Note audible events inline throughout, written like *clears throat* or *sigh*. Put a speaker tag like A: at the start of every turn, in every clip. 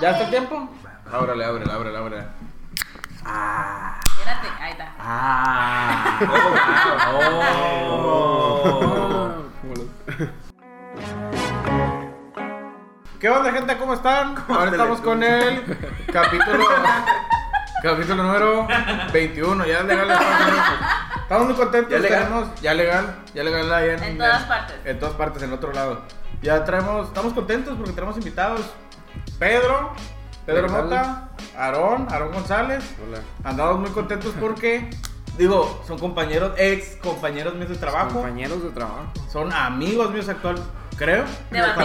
A: ¿Ya está el tiempo? Ábrale, ábrale, ábrale, ábrale. Ah.
B: Espérate, ahí está.
A: Ah.
B: Oh.
A: ¿Qué onda, gente? ¿Cómo están? Ahora estamos con el capítulo. capítulo número 21. Ya legal. Estamos muy contentos.
C: Ya legal.
A: Tenemos- ya legal. Ya legal ahí en,
B: En todas partes.
A: En todas partes, en otro lado. Ya traemos. Estamos contentos porque tenemos invitados. Pedro. Pedro
C: Legal.
A: Mota. Aarón. Aarón González.
C: Hola.
A: Andamos muy contentos porque, digo, son compañeros, ex compañeros míos de trabajo,
C: Compañeros de trabajo.
A: son amigos míos actual, creo.
B: Debatible,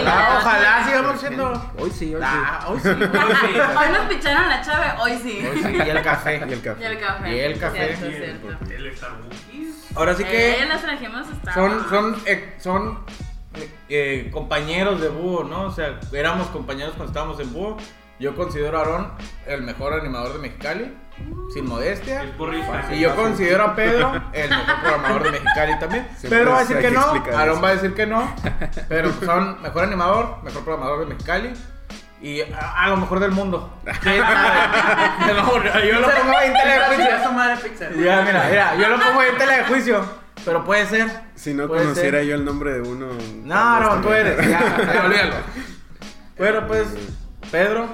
A: Ojalá,
B: debatible.
A: ojalá sigamos siendo.
C: Hoy sí, hoy
A: Ah, hoy sí,
B: *laughs* Hoy nos picharon la chave, hoy sí.
A: hoy sí, Y el café.
C: sí. Y el café.
B: *laughs* Y el café.
A: Y el café.
B: Cierto, cierto.
D: El Starbucks.
A: Ahora sí
B: Eh,
A: que
B: las trajimos hasta.
A: son, son, eh, son eh, compañeros de búho, ¿no? O sea, éramos compañeros cuando estábamos en búho. Yo considero a Aarón el mejor animador de Mexicali, sin modestia.
D: El porrista.
A: Y yo considero a Pedro
C: *laughs*
A: el mejor programador de Mexicali también.
C: Siempre
A: Pedro va a
C: hay
A: decir
C: que
A: que no,
C: explicar
A: Aarón
C: eso.
A: va a decir que
C: *laughs*
A: no, pero son mejor animador, mejor programador de Mexicali y a, a lo mejor del
C: *laughs*
A: mundo. *laughs* No, yo lo pongo ahí en tela de juicio. Ya, mira, mira, yo lo pongo ahí en tela de juicio, pero puede ser.
C: Si no
A: puede
C: conociera
A: ser.
C: yo el nombre de uno. pues,
A: No, Aarón, tú eres. Ya,
C: *laughs*
A: ya, olvídalo. Bueno, pues, Pedro.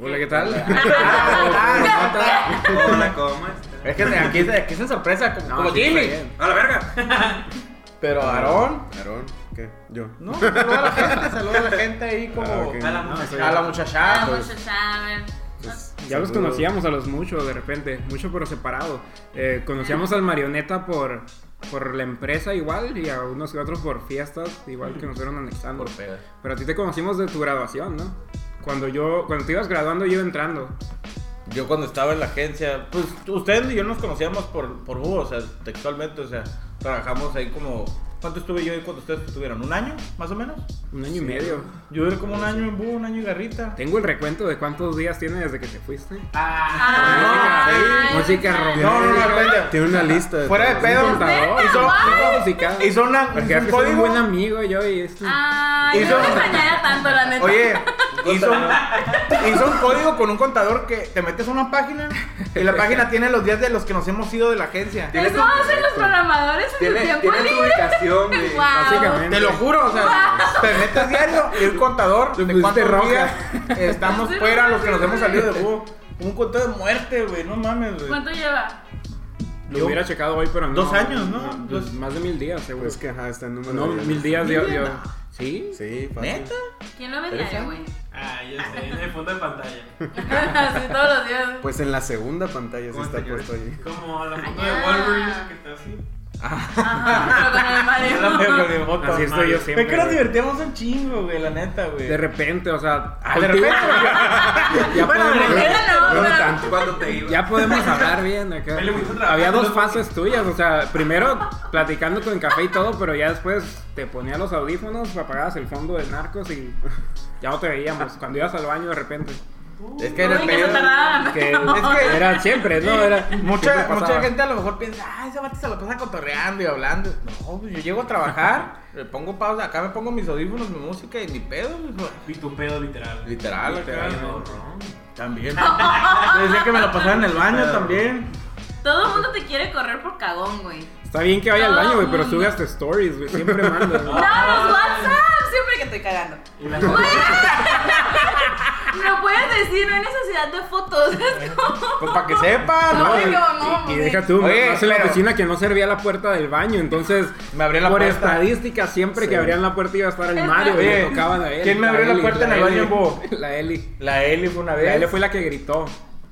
C: Hola, ¿qué tal?
A: Ah, ah, nota.
D: Hola, ¿cómo estás?
A: Es que aquí, aquí es en sorpresa, como, como
C: sí,
A: Jimmy.
C: está bien.
D: ¡A la verga!
A: Pero Aarón.
C: Aarón, ¿qué? Yo.
A: No, *laughs* saluda a la gente, saluda a la gente ahí como
C: Ah, ok.
D: A la
C: No,
D: muchacha.
C: soy-
A: a la
B: Ah,
A: muchachada.
B: mucho chave.
C: pues,
E: Ya los
C: saludo.
E: conocíamos a los muchos de repente, mucho pero separado. Eh, conocíamos al marioneta por, por la empresa igual y a unos que otros por fiestas igual que nos fueron
A: pues,
E: anexando. Pero a ti te conocimos de tu graduación, ¿no? Cuando yo, cuando te ibas graduando yo iba entrando.
A: Yo cuando estaba en la agencia, pues ustedes y yo nos conocíamos por, por Hugo, o sea, textualmente, o sea, trabajamos ahí como... ¿Cuánto estuve yo y cuánto ustedes estuvieron? ¿Un año, más o menos?
E: Un año y medio.
A: Yo duré como un año en Búho, un año y garrita.
E: Tengo el recuento de cuántos días tiene desde que te fuiste.
B: Ah,
E: sí, música
B: esa.
E: romántica.
A: No, no, no, cuenta.
C: Tiene una lista. de
A: Fuera de
C: todos.
A: pedo.
B: Neta,
A: Hizo,
B: guau.
A: hizo, hizo una,
E: Porque es
A: un
E: que soy un
A: código.
E: buen amigo yo y esto.
B: Ah. Ay,
A: Hizo-
B: no me extrañara tanto, la
A: *laughs*
B: neta.
A: Oye, hizo, hizo un código con un contador que te metes a una página y la *laughs* página tiene los días de los que nos hemos ido de la agencia.
B: Eso hacen los programadores en su tiempo libre. *laughs*
D: ubicación,
B: Wow.
E: Básicamente.
A: Te lo juro, o sea, te metes diario y el contador
E: Te
A: de
E: pusiste
A: cuántos
E: roja.
A: días
B: *laughs*
A: estamos
B: Sí,
A: fuera
B: no,
A: los que nos
B: sí,
A: hemos
B: sí.
A: salido de juego. Un contador de muerte, güey, no mames, güey.
B: ¿Cuánto lleva?
E: Lo hubiera checado hoy, pero no.
A: Dos años, ¿no?
E: pues,
A: Dos-
E: más de mil días, seguro.
C: Pues que ajá, está en número.
E: no,
C: de-
E: mil días yo.
A: días,
E: yo- ¿Sí?
C: Sí, fácil.
A: ¿Neta?
B: ¿Quién lo vendría,
A: ¿Teresa?
B: güey? *laughs*
D: Ah, yo sé, en el fondo de pantalla.
B: Así todos los días.
C: Pues en la segunda pantalla sí
D: ¿Cómo
C: está
D: te
C: puesto
D: llores?
C: ahí.
D: Como la foto
B: Ah.
D: de Wolverine que está así.
B: Ajá, pero con el
A: Pero
B: mareo.
A: con mi foto.
E: Así estoy yo
A: Es
E: siempre.
A: que nos
E: güey.
A: divertíamos un chingo, güey, la neta, güey.
E: De repente, o sea,
A: Ah, de
E: contigo-
A: repente, güey.
E: Ya
A: Bueno,
E: podemos-
A: de repente.
B: Era no, pero-
D: ¿Cuándo te iba?
E: ya podemos hablar bien acá.
D: Ahí le gusta trabajar.
E: Había dos fases tuyas, o sea, primero platicando con café y todo, pero ya después te ponía los audífonos, apagabas el fondo de narcos y *laughs* ya no te veíamos. Cuando ibas al baño de repente,
A: Es que de
B: Uy, que se
A: repente.
B: tardaba la
E: que
A: que-
E: era siempre, ¿no? Era
A: Mucha,
E: siempre
A: mucha
E: pasaba.
A: gente a lo mejor piensa, ah, ese vato se la pasa cotorreando y hablando. No, pues yo llego a *laughs* trabajar, le pongo pausa, acá me pongo mis audífonos, mi música y mi pedo. güey.
D: Vitupedo literal.
A: Literal,
D: Literal,
A: acá.
D: no,
A: *laughs* También. Yo decía que me la pasaba en el baño también.
B: Todo el mundo te quiere correr por cagón, güey.
E: Está bien que vaya al
B: Todo
E: baño, güey, pero
A: Ah.
B: mundo.
E: subas stories, güey, siempre mandas.
B: No, los
E: güey.
B: WhatsApp, siempre que estoy cagando.
D: Y la
B: No puedes decir, no hay necesidad de fotos. Es como.
A: Pues para que sepan,
B: *laughs* No,
A: ¿no?
B: digo, no,
E: Y
B: güey.
E: deja tú,
A: Oye,
E: más en la
A: pero-
E: oficina que no servía la puerta del baño, entonces
A: Me abrió la
E: por
A: puerta.
E: estadística siempre que
C: Sí.
E: abrían la puerta iba a estar el
B: Es
E: Mario y
A: verdad.
E: le tocaban a él.
A: ¿Quién me abrió la
E: Eli,
A: puerta en el baño,
E: Eli.
A: Bo?
E: La Eli.
A: La Eli fue una
E: La Eli
A: vez.
E: fue la que gritó.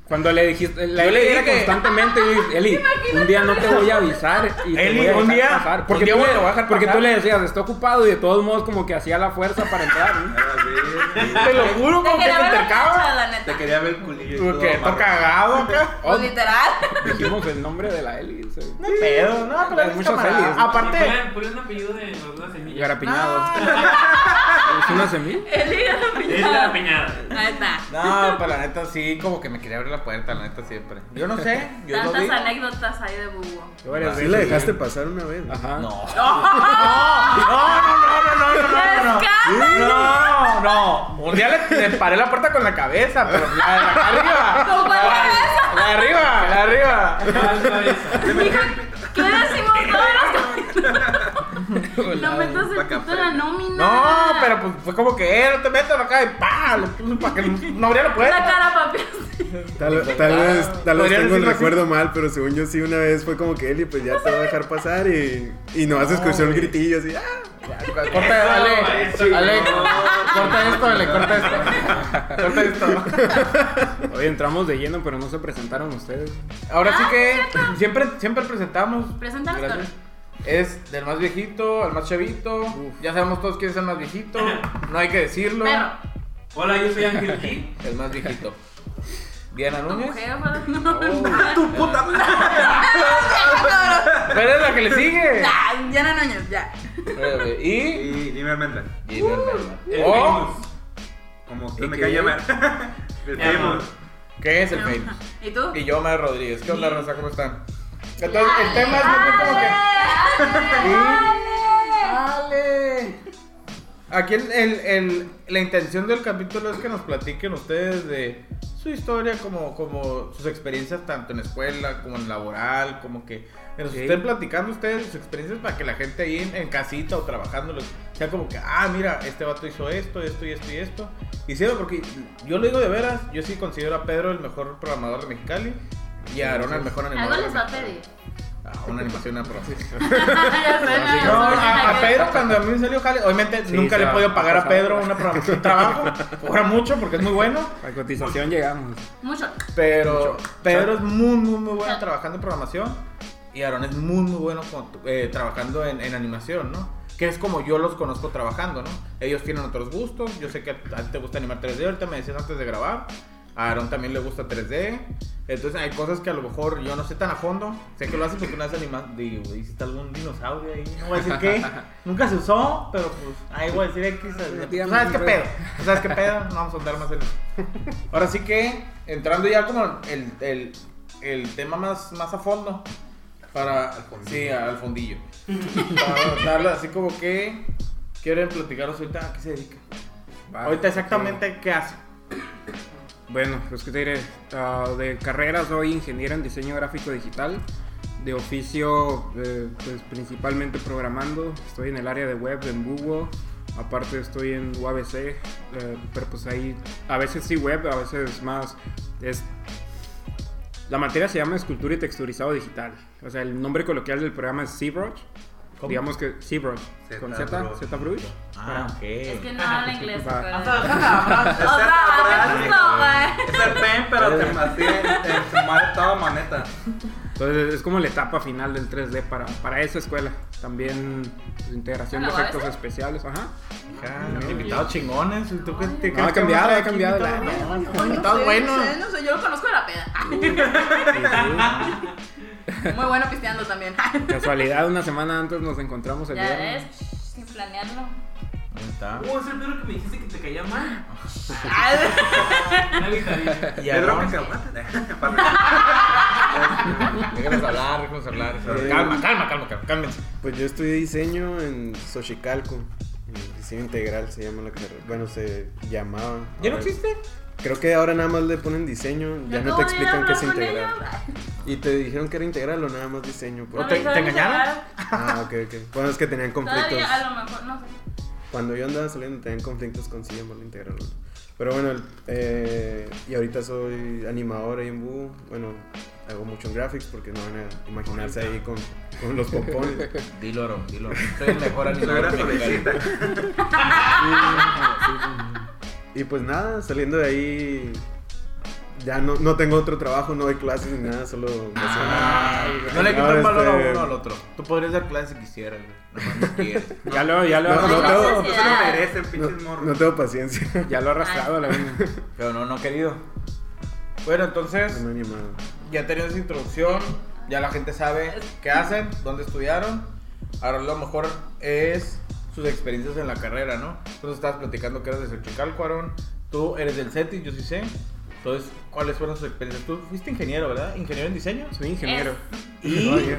E: Cuando le dijiste, la
A: Yo
E: Eli
A: le
E: era
A: dije-
E: constantemente, y- Eli, un día no te voy a avisar y te
A: Eli,
E: voy a
A: un
E: dejar
A: día-
E: pasar.
A: un
E: Porque,
A: día
E: tú,
A: voy a
E: le-
A: dejar
E: porque
A: pasar.
E: tú le decías, está ocupado y de todos modos como que hacía la fuerza para entrar. ¿no?
A: *laughs* Te *laughs* lo juro,
B: Te
A: como que te
B: quería ver la
A: intercaba.
B: cacha, la neta.
D: quería ver el culillo.
A: Tuve que estar cagado acá.
B: Pues, literal.
A: *laughs*
E: Dijimos el nombre de la Eli. se-
A: No hay pedo, no, pero
E: Hay
A: es
E: muchos
A: camarada.
E: Elis, ¿no?
A: Aparte,
D: Ponen un apellido de alguna semilla.
E: Garapiñado.
A: Ah.
E: *laughs* ¿Es una semilla?
B: Eli era la
D: Es la
B: piñada.
D: peñada.
B: Ahí está.
A: no, pero la neta sí, como que me quería abrir la puerta, la neta siempre. Yo no sé, yo lo vi.
B: Tantas anécdotas ahí de Bubo.
E: Yo varias
C: Sí
E: veces,
C: la dejaste
E: güey.
C: pasar una vez.
E: Ajá.
A: No. Ah. *laughs* No, no, no, no, no, no, no, no.
B: ¡Escándalo!
A: No, no. Un día le, le paré la puerta con la cabeza, pero la de acá arriba.
B: ¿Con cuál cabeza?
A: La de arriba, la de arriba.
B: Dijo,
A: *laughs*
B: ¿qué decimos todos los *laughs* No metas el
C: Vaca
B: puto en la nómina.
A: No, pero pues fue como que, eh, no te metas acá y pa, le puse para que no abriera la
B: La
A: puerta.
B: cara, papi.
C: Tal, tal vez, tal vez
A: Podría
C: tengo el
A: decirlo así.
C: recuerdo mal, pero según yo sí una vez fue como que Eli pues ya te va a dejar pasar y, y nomás escuchó el
A: güey.
C: gritillo así, ¡ah!
A: Corta, Ale,
D: eso,
A: Ale,
D: no.
A: corta esto, Ale, corta esto. Corta esto.
E: Hoy entramos de lleno, pero no se presentaron ustedes.
A: Ahora sí
B: Ah,
A: que
B: es cierto.
A: siempre, siempre presentamos.
B: Preséntanos,
A: Gracias.
B: Tony.
A: Es del más viejito al más chavito. Ya sabemos todos quién es el más
B: *laughs*
A: viejito. No hay que decirlo.
B: Perro.
D: Hola, yo soy Ángel Gil.
A: El más viejito. Diana
B: Tu
A: Núñez.
B: mujer, fuera- no,
A: ¡Tu puta Pero es la que le
B: *laughs*
A: sigue.
B: *laughs* Ya, Diana Núñez, ya.
A: Espérame, Y.
F: Y dime Almendra,
A: y Almendra.
D: El
A: O.
D: Venus.
F: como
A: ¿Y
F: usted me
A: qué?
F: cae llamar. El
D: Ya,
F: primo.
A: ¿Qué es el
B: *laughs*
A: famous?
B: ¿Y tú?
A: Y yo, Mario Rodríguez. ¿Qué onda, Rosa? ¿Cómo están? Entonces, el tema es
B: Ah,
A: no como que.
B: ¡Ale!
A: ¡Ale! Aquí el- el- el- la intención del capítulo es que nos platiquen ustedes de su historia, como, como sus experiencias tanto en escuela como en laboral, como que que nos
E: Ok.
A: estén platicando ustedes sus experiencias para que la gente ahí en, en casita o trabajando los- sea como que, ah, mira, este vato hizo esto, esto y esto y esto. Y sí, porque yo lo digo de veras, yo sí considero a Pedro el mejor programador de Mexicali y a Aaron el mejor animador.
B: Algo les
A: de
B: va a
A: Mexicali.
B: pedir.
A: Ah, una animación, una profe.
B: *laughs* Ya sé, me
A: Ah, No,
B: vas
A: a, a
B: ver.
A: Pedro cuando a mí me salió jale, obviamente
E: Sí,
A: nunca
E: se
A: le he
E: va,
A: podido
E: va
A: pagar a
E: pasando.
A: Pedro una pro- un trabajo, cobra mucho porque es muy bueno,
E: A cotización llegamos.
B: Mucho.
A: pero Pedro es muy, muy, muy bueno
B: Mucho.
A: trabajando en programación y Aaron es muy, muy bueno con- eh, trabajando en, en animación, ¿no? Que es como yo los conozco trabajando, ¿no? Ellos tienen otros gustos, yo sé que a ti te gusta animar 3D, ahorita me decías antes de grabar, a Aaron también le gusta 3D, entonces hay cosas que a lo mejor yo no sé tan a fondo, sé que lo haces porque una vez anima- digo, hiciste algún dinosaurio ahí, no voy a decir qué, nunca se usó, pero pues ahí voy a decir X, ¿tú sabes qué pedo, ¿Tú sabes qué pedo, no vamos a andar más en eso. Ahora sí que, entrando ya como el, el, el tema más, más a fondo, para, sí, al *laughs* fondillo, para darle así como que, quieren platicaros ahorita a qué se dedica.
E: Va,
A: Ah, Ahorita exactamente qué hace.
E: Bueno, pues que te diré, Ah, de carrera soy ingeniero en diseño gráfico digital, de oficio eh, pues principalmente programando, estoy en el área de web en Google, aparte estoy en UABC, eh, pero pues ahí a veces sí web, a veces más es... La materia se llama escultura y texturizado digital, o sea el nombre coloquial del programa es ZBrush,
A: ¿Cómo?
E: digamos que ZBrush, con Z,
F: ZBrush.
E: ZBrush.
A: Ah, ok.
B: Es que no habla inglés. pues.
E: Va.
B: acuérdate.
D: Hasta hasta-
B: O sea, ¿qué pasó, güey?
F: Es el pen, pero te maté en su madre toda maneta.
E: Entonces es como la etapa final del 3D para, para esa escuela. También integración de
B: ¿Para la
E: efectos
B: base?
E: especiales, ajá.
A: Hija, invitados chingones. ¿Tú qué te
E: No, ha cambiado, ha cambiado.
A: Invitados buenos.
B: sé, no sé, yo lo conozco de la peda.
A: *laughs*
B: Muy bueno pisteando también.
E: Casualidad, una semana antes nos encontramos el
B: ya
E: viernes.
B: ves, sin *laughs* planearlo.
A: Ahí está.
D: Oh, es el Pedro que me dijiste que te caía mal. Una guitarrilla.
A: Y
F: Pedro
A: Aarón,
F: que se aguante.
A: Déjanos hablar, déjanos hablar.
C: Sí.
A: Calma, calma, calma, calma, cálmense.
C: Pues yo estudié diseño en Xochicalco. en Diseño integral se llama la carrera. Bueno, se llamaba.
A: ¿Ya no
C: Ahora-
A: existe?
C: Creo que ahora nada más le ponen diseño, ya no te explican qué es integral.
B: integral.
C: ¿Y te dijeron que era integral o nada más diseño?
A: ¿O
C: Porque-
A: No. te- te engañaron?
C: Ah, ok, ok. Bueno, es que tenían conflictos.
B: Todavía, a lo mejor, no sé.
C: Cuando yo andaba saliendo tenían conflictos con si llamarlo integral o no. Pero bueno, el- eh, y ahorita soy animador ahí en Boo. Bueno, hago mucho en graphics porque no van a imaginarse ahí con, con los
A: *laughs*
C: pompones.
A: Dilo, Aarón, dilo. Soy el mejor
F: Era
A: animador de
F: solicita.
A: Mexicali.
C: Y pues nada, saliendo de ahí ya no, no tengo otro trabajo, no doy clases ni nada, solo...
A: Ah, No este. le
C: quito
A: quitan valor
C: este,
A: a uno al otro. Tú podrías dar clases si quisieras, güey. Nomás no quieres.
E: Ya lo, ya lo,
C: No,
E: ya
C: no
E: lo-
C: tengo-
F: No se lo merecen, pinches
C: No,
F: morros.
C: no tengo paciencia. *laughs*
E: ya lo he arrastrado a la verga.
A: Pero no, no querido. Bueno, entonces,
C: No me he animado.
A: ya tenemos esa introducción, ya la gente sabe qué hacen, dónde estudiaron. Ahora lo mejor es sus experiencias en la carrera, ¿no? Entonces estabas platicando que eras de Xochicalco, Aarón. Tú eres del CETI, yo sí sé. Entonces, ¿cuáles *laughs* fueron sus experiencias? Tú fuiste ingeniero, ¿verdad? Ingeniero en diseño.
E: Soy ingeniero.
A: Y
E: Oye,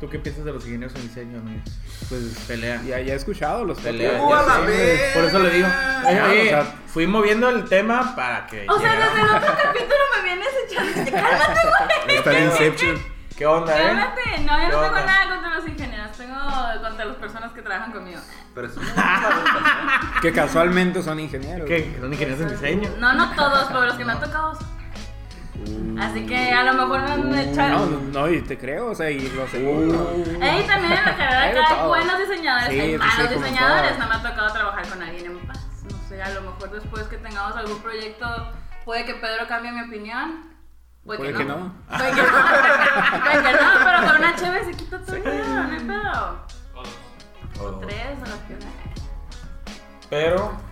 A: ¿Tú qué piensas de los ingenieros en diseño, amigo?
E: Pues
A: Pelea.
E: ya, ya he escuchado los
A: Pelea.
E: podcasts.
F: ¡Uh, a la
A: Ya sé, güey.
F: verga!
A: Por eso le digo.
E: Ya,
A: Oye,
E: o sea-
A: fui moviendo el tema para que.
B: O sea,
A: llegara.
B: desde el otro capítulo me vienes echando. Cálmate,
C: *laughs*
B: güey.
C: Está en Inception.
A: ¿Qué onda, eh?
B: Cálmate. No, yo no
A: ¿Qué
B: tengo
A: onda?
B: nada contra los ingenieros. Tengo contra las personas que trabajan conmigo.
F: Pero eso no es una
E: Que casualmente son ingenieros.
A: ¿Qué? ¿Son ingenieros en diseño?
B: No, no todos, pero los que me han tocado. Así que a lo mejor me han
E: No,
B: echado.
E: no, no, y te creo, o sea, y lo aseguro.
C: Uh.
B: Ey, también en
E: *laughs*
B: la
E: Hay
B: carrera
E: de
B: acá hay
E: todo.
B: buenos diseñadores,
E: Sí,
B: hay
E: pues sí,
B: malos
E: como
B: diseñadores.
E: todo.
B: No me ha tocado trabajar con alguien en paz. No sé, a lo mejor después que tengamos algún proyecto, puede que Pedro cambie mi opinión. Puede,
E: Puede
B: que,
E: que
B: no.
E: no.
B: Puede
E: *laughs*
B: que no. puede que no, pero con una chévere se quita todo el pedo, no hay pedo. O tres, o las que
E: *laughs*
B: una.
A: Pero.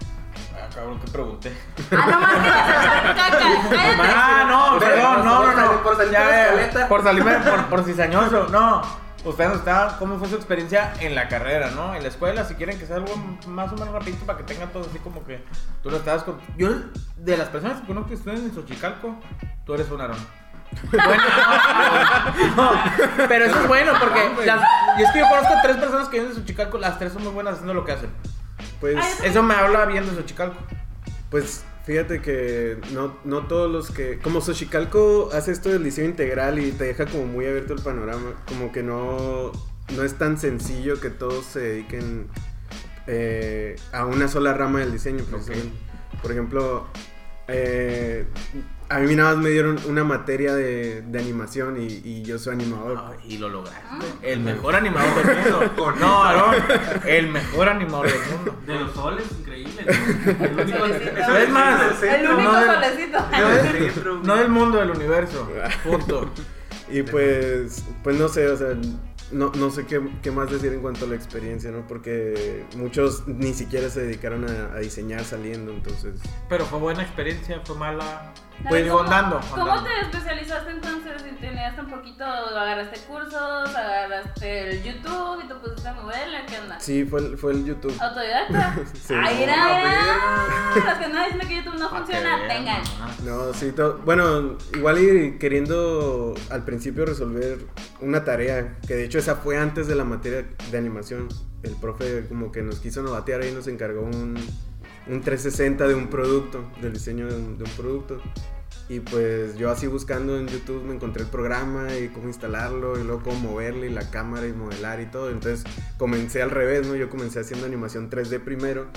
A: Ah, cabrón, ¿qué pregunté?
B: Ah, no más que vas a echar caca. Cállate.
A: *laughs* Ah, no,
F: Pero,
A: perdón, no, no, no.
F: por salir
A: Ya,
F: de la
A: eh,
F: escaleta.
A: Por
F: *laughs*
A: salirme, por, por cizañoso, no. Usted nos está, ¿cómo fue su experiencia en la carrera, no? En la escuela, si quieren que sea algo más o menos rapidito para que tenga todo así como que tú lo estabas con... Yo, de las personas que conozco que estudian en Xochicalco, tú eres un Aarón. Bueno, *laughs* no, no, pero eso es bueno
F: Ah,
A: porque las- y es que yo conozco tres personas que vienen de Xochicalco, las tres son muy buenas haciendo lo que hacen.
C: Pues,
A: Eso me habla bien de Xochicalco.
C: pues fíjate que no, no todos los que. Como Xochicalco hace esto del liceo integral y te deja como muy abierto el panorama. Como que no, no es tan sencillo que todos se dediquen eh, a una sola rama del diseño. precisamente. Por ejemplo, eh, a mí nada más me dieron una materia de, de animación y, y yo soy animador.
A: Ay, Ah, y lo lograste.
B: Ah.
A: El mejor animador del mundo. No, Aarón. El mejor animador del mundo.
B: *laughs*
D: De los soles,
E: *laughs*
D: increíble. ¿no? El único
B: Eso
A: es más,
B: El único
A: no, del-
B: solecito.
A: No
F: Sí,
A: del,
F: pero-
A: no del mundo, del universo. Punto.
C: Y pues, pues no sé, o sea, no, no sé qué, qué más decir en cuanto a la experiencia, ¿no? Porque muchos ni siquiera se dedicaron a, a diseñar saliendo, entonces...
A: Pero fue buena experiencia, fue mala.
B: Dale,
A: Pues digo,
B: ¿cómo-
A: andando.
B: ¿Cómo
A: andando.
B: te especializaste entonces? Si tenías tan poquito, agarraste cursos, agarraste el YouTube y te pusiste a moverla, ¿qué onda?
C: Sí, fue el, fue el YouTube.
B: ¿Autodidacta?
C: Sí.
B: Ay, mira,
F: A
B: mira. Los que no dicen que YouTube no
A: Pa' que
B: funciona,
A: vean,
B: tengan.
A: mamá.
C: No, sí, to- bueno, igual ir queriendo al principio resolver una tarea, que de hecho esa fue antes de la materia de animación. El profe como que nos quiso novatear y nos encargó un, un 360 de un producto, del diseño de un, de un producto. Y pues yo así buscando en YouTube me encontré el programa y cómo instalarlo y luego cómo moverle y la cámara y modelar y todo. Entonces comencé al revés, ¿no? Yo comencé haciendo animación 3D primero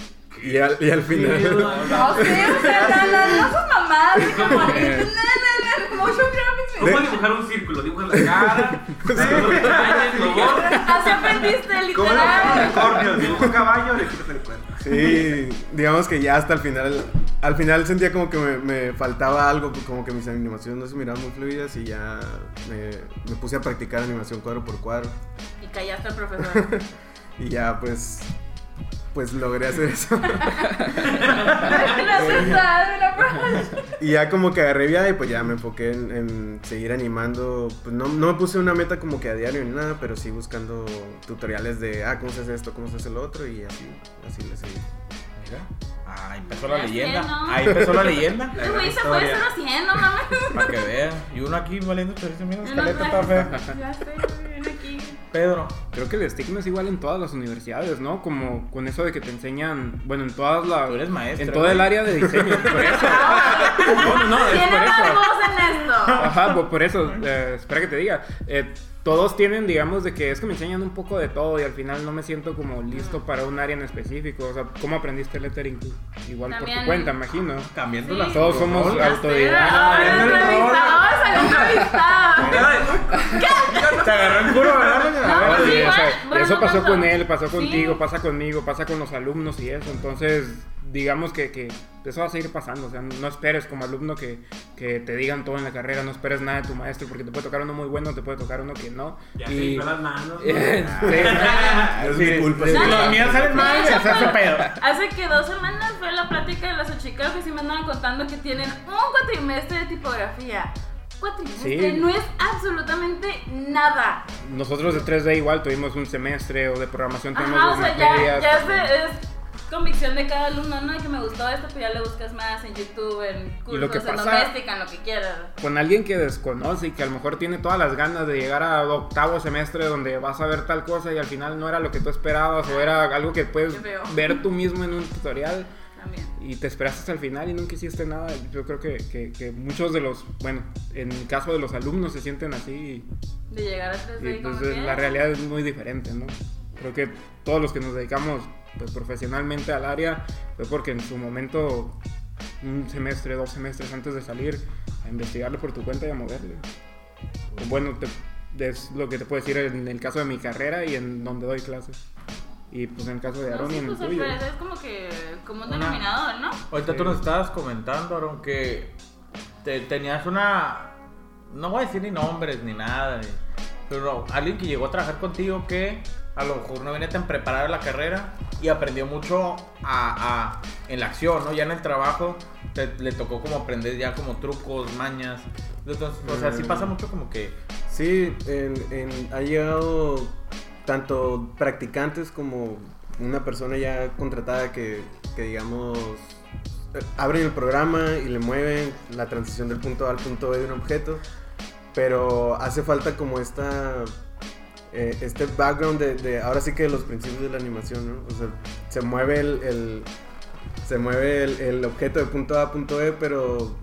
C: y al, y al final...
B: No sé, o sea, no, no, no sus mamadas, así como no, no, no, motion graphics.
D: ¿Cómo dibujar un círculo? Dibujas la cara,
E: *laughs*
D: dibujas los calles, lo borras.
B: Así aprendiste,
F: ¿Cómo
B: literal.
F: unicornios? Dibujo caballo, le quitas el cuerno.
C: Sí, digamos que ya hasta el final, al final sentía como que me, me faltaba algo, pues como que mis animaciones no se miraban muy fluidas y ya me, me puse a practicar animación cuadro por cuadro
B: Y callaste al profesor.
C: y ya pues, pues logré hacer eso. *laughs*
B: No se sabe, la profe.
C: Y ya como que agarré vida y pues ya me enfoqué en, en seguir animando. Pues no, no me puse una meta como que a diario ni nada, pero sí buscando tutoriales de, ah, cómo se hace esto, cómo se hace lo otro y así, así le seguí.
A: Mira. Ah, empezó la
B: Es que
A: leyenda.
B: no.
A: Ahí empezó la
B: *laughs*
A: leyenda.
B: Este güey se fue 0-100, no mames.
A: Para que vean. Y uno aquí valiendo chorizo, mira,
B: No,
A: escaleta
B: no,
A: está
B: no.
A: fea.
B: Ya sé, ven aquí. *laughs*
A: Pedro.
E: Creo que el estigma es igual en todas las universidades, ¿no? Como con eso de que te enseñan, bueno, en todas las...
A: Tú eres maestra,
E: En todo el
A: güey.
E: área de diseño,
A: *laughs*
E: por
B: *laughs*
E: eso.
B: Ah,
E: No, no, no, es
B: Tiene
E: por
B: más
E: eso.
B: voz en esto.
E: Ajá, pues por eso, eh, espera que te diga. Eh, todos tienen, digamos, de que es que me enseñan un poco de todo y al final no me siento como listo para un área en específico. O sea, ¿cómo aprendiste lettering tú? Igual por
B: También-
E: tu cuenta, imagino.
A: Cambiando
B: Sí.
A: las
E: Todos somos
A: rolas.
E: autodidactas.
B: Ahora
A: Viendo el rol.
B: entrevistamos al
E: *laughs*
B: *laughs* entrevistado.
A: Te agarró el culo, ¿verdad?
B: No, pues
E: Sí,
B: igual,
E: o sea,
B: bueno,
E: eso
B: no
E: pasó
B: tanto.
E: con él, pasó
B: Sí.
E: contigo, pasa conmigo, pasa con los alumnos y eso. Entonces, digamos que, que eso va a seguir pasando. O sea, no esperes como alumno que, que te digan todo en la carrera, no esperes nada de tu maestro, porque te puede tocar uno muy bueno, te puede tocar uno que no.
D: Ya se
E: y...
D: limpió las
E: *laughs*
D: manos.
E: Sí,
C: No Ah, es
E: sí.
C: mi culpa.
B: No,
A: Los míos salen mal y se hace pedo.
B: Hace que dos semanas fue la plática de las Xochicalco que sí me andaban contando que tienen un cuatrimestre de tipografía. Cuatrimestre
E: Sí.
B: no es absolutamente nada.
E: Nosotros de 3D igual tuvimos un semestre o de programación tuvimos
B: Ajá, o
E: dos
B: sea, ya,
E: materias.
B: ya es, de- es convicción de cada alumno, no, que me gustó esto, pues ya le buscas más en YouTube, en cursos,
E: lo que
B: en
E: pasa-
B: doméstica, en lo que quieras.
E: con alguien que desconoce y que a lo mejor tiene todas las ganas de llegar a octavo semestre donde vas a ver tal cosa y al final no era lo que tú esperabas o era algo que puedes
B: Qué feo.
E: ver tú mismo en un tutorial
B: También.
E: y te esperaste hasta el final y nunca hiciste nada. Yo creo que, que- que muchos de los, bueno, en el caso de los alumnos se sienten así
B: De llegar a
E: y,
B: 3D.
E: y, pues
B: como que-
E: la realidad es muy diferente, ¿no? Creo que todos los que nos dedicamos pues, profesionalmente al área fue porque en su momento, un semestre, dos semestres antes de salir, a investigarlo por tu cuenta y a moverle. O Bueno, te- es lo que te puedo decir en el caso de mi carrera y en donde doy clases. Y pues en el caso de
B: No,
E: Aaron y
B: sí,
E: en el
B: pues al
E: tuyo.
B: parecer es como que como un
A: Una-
B: denominador, ¿no?
A: Ahorita
E: Sí.
A: tú nos estabas comentando, Aaron, que te- tenías una. No voy a decir ni nombres ni nada, ni- pero alguien que llegó a trabajar contigo que a lo mejor no venía tan preparado en la carrera y aprendió mucho a, a- en la acción, ¿no? Ya en el trabajo te- le tocó como aprender ya como trucos, mañas. Entonces, o sea, sí
C: Mm.
A: pasa mucho como que.
C: Sí, en- en- ha llegado tanto practicantes como una persona ya contratada que, que, digamos, eh, abren el programa y le mueven la transición del punto A al punto B de un objeto, pero hace falta como esta... eh, este background de, de- ahora sí que de los principios de la animación, ¿no? O sea, se mueve el, el- se mueve el, el objeto de punto A a punto B, pero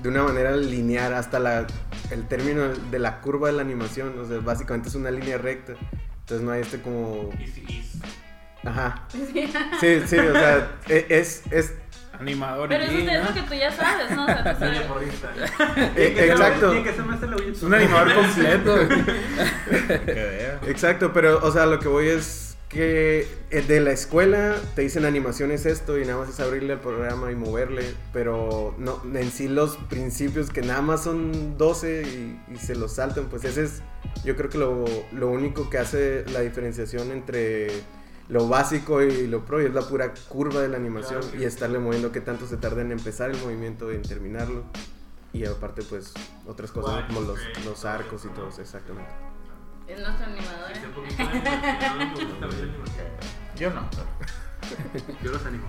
C: de una manera lineal hasta la, el término de la curva de la animación, o sea, básicamente es una línea recta. Entonces no hay este como... Ajá. Sí, sí, o sea, e- es... es
E: Animador.
B: Pero eso
E: y-
B: es lo que tú ya sabes, ¿no? O sea, tú sabes.
D: *laughs*
C: e- exacto.
F: Tiene que ser maestro de
E: Eh, Es un animador completo.
C: Exacto, pero, o sea, lo que voy es que eh, de la escuela te dicen animación es esto y nada más es abrirle el programa y moverle, pero no, en sí los principios que nada más son 12 y, y se los saltan, pues ese es, yo creo que lo, lo único que hace la diferenciación entre lo básico y lo pro y es la pura curva de la animación
F: Claro.
C: y estarle moviendo que tanto se tarda en empezar el movimiento y en terminarlo. Y aparte, pues, otras cosas
F: Guay,
C: como los,
F: ok.
C: los arcos y todo, eso, exactamente.
B: Es nuestro animador. ¿eh?
A: *laughs* Yo no. pero-
F: Yo los animo.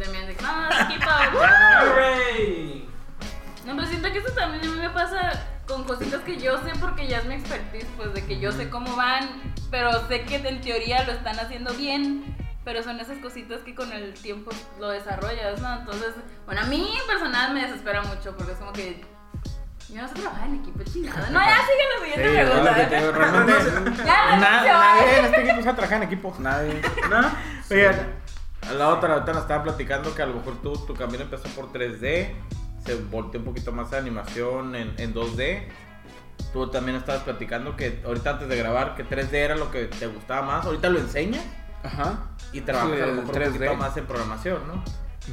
B: Damián de- No, no, equipo.
E: *laughs*
B: ¡Woo! No, pero siento que eso también a mí me pasa con cositas que yo sé porque ya es mi expertise, pues de que yo sé cómo van, pero sé que en teoría lo están haciendo bien, pero son esas cositas que con el tiempo lo desarrollas, ¿no? Entonces, bueno, a mí en personal me desespera mucho porque es como que yo no sé trabajar en equipo chingado. No, ya sigue la siguiente pregunta.
A: *laughs*
B: Ya, la
A: Na-
B: se va.
A: Nadie en este equipo se trabaja en equipo. *laughs*
F: Nadie. ¿No?
A: Oigan, a la otra, ahorita nos estaba platicando que a lo mejor tú, tu camino empezó por 3D, se volteó un poquito más a animación en, en 2D. Tú también estabas platicando que ahorita antes de grabar que 3D era lo que te gustaba más. Ahorita lo enseñas
E: Ajá.
A: y trabajas a lo mejor un
E: 3D.
A: poquito más en programación, ¿no?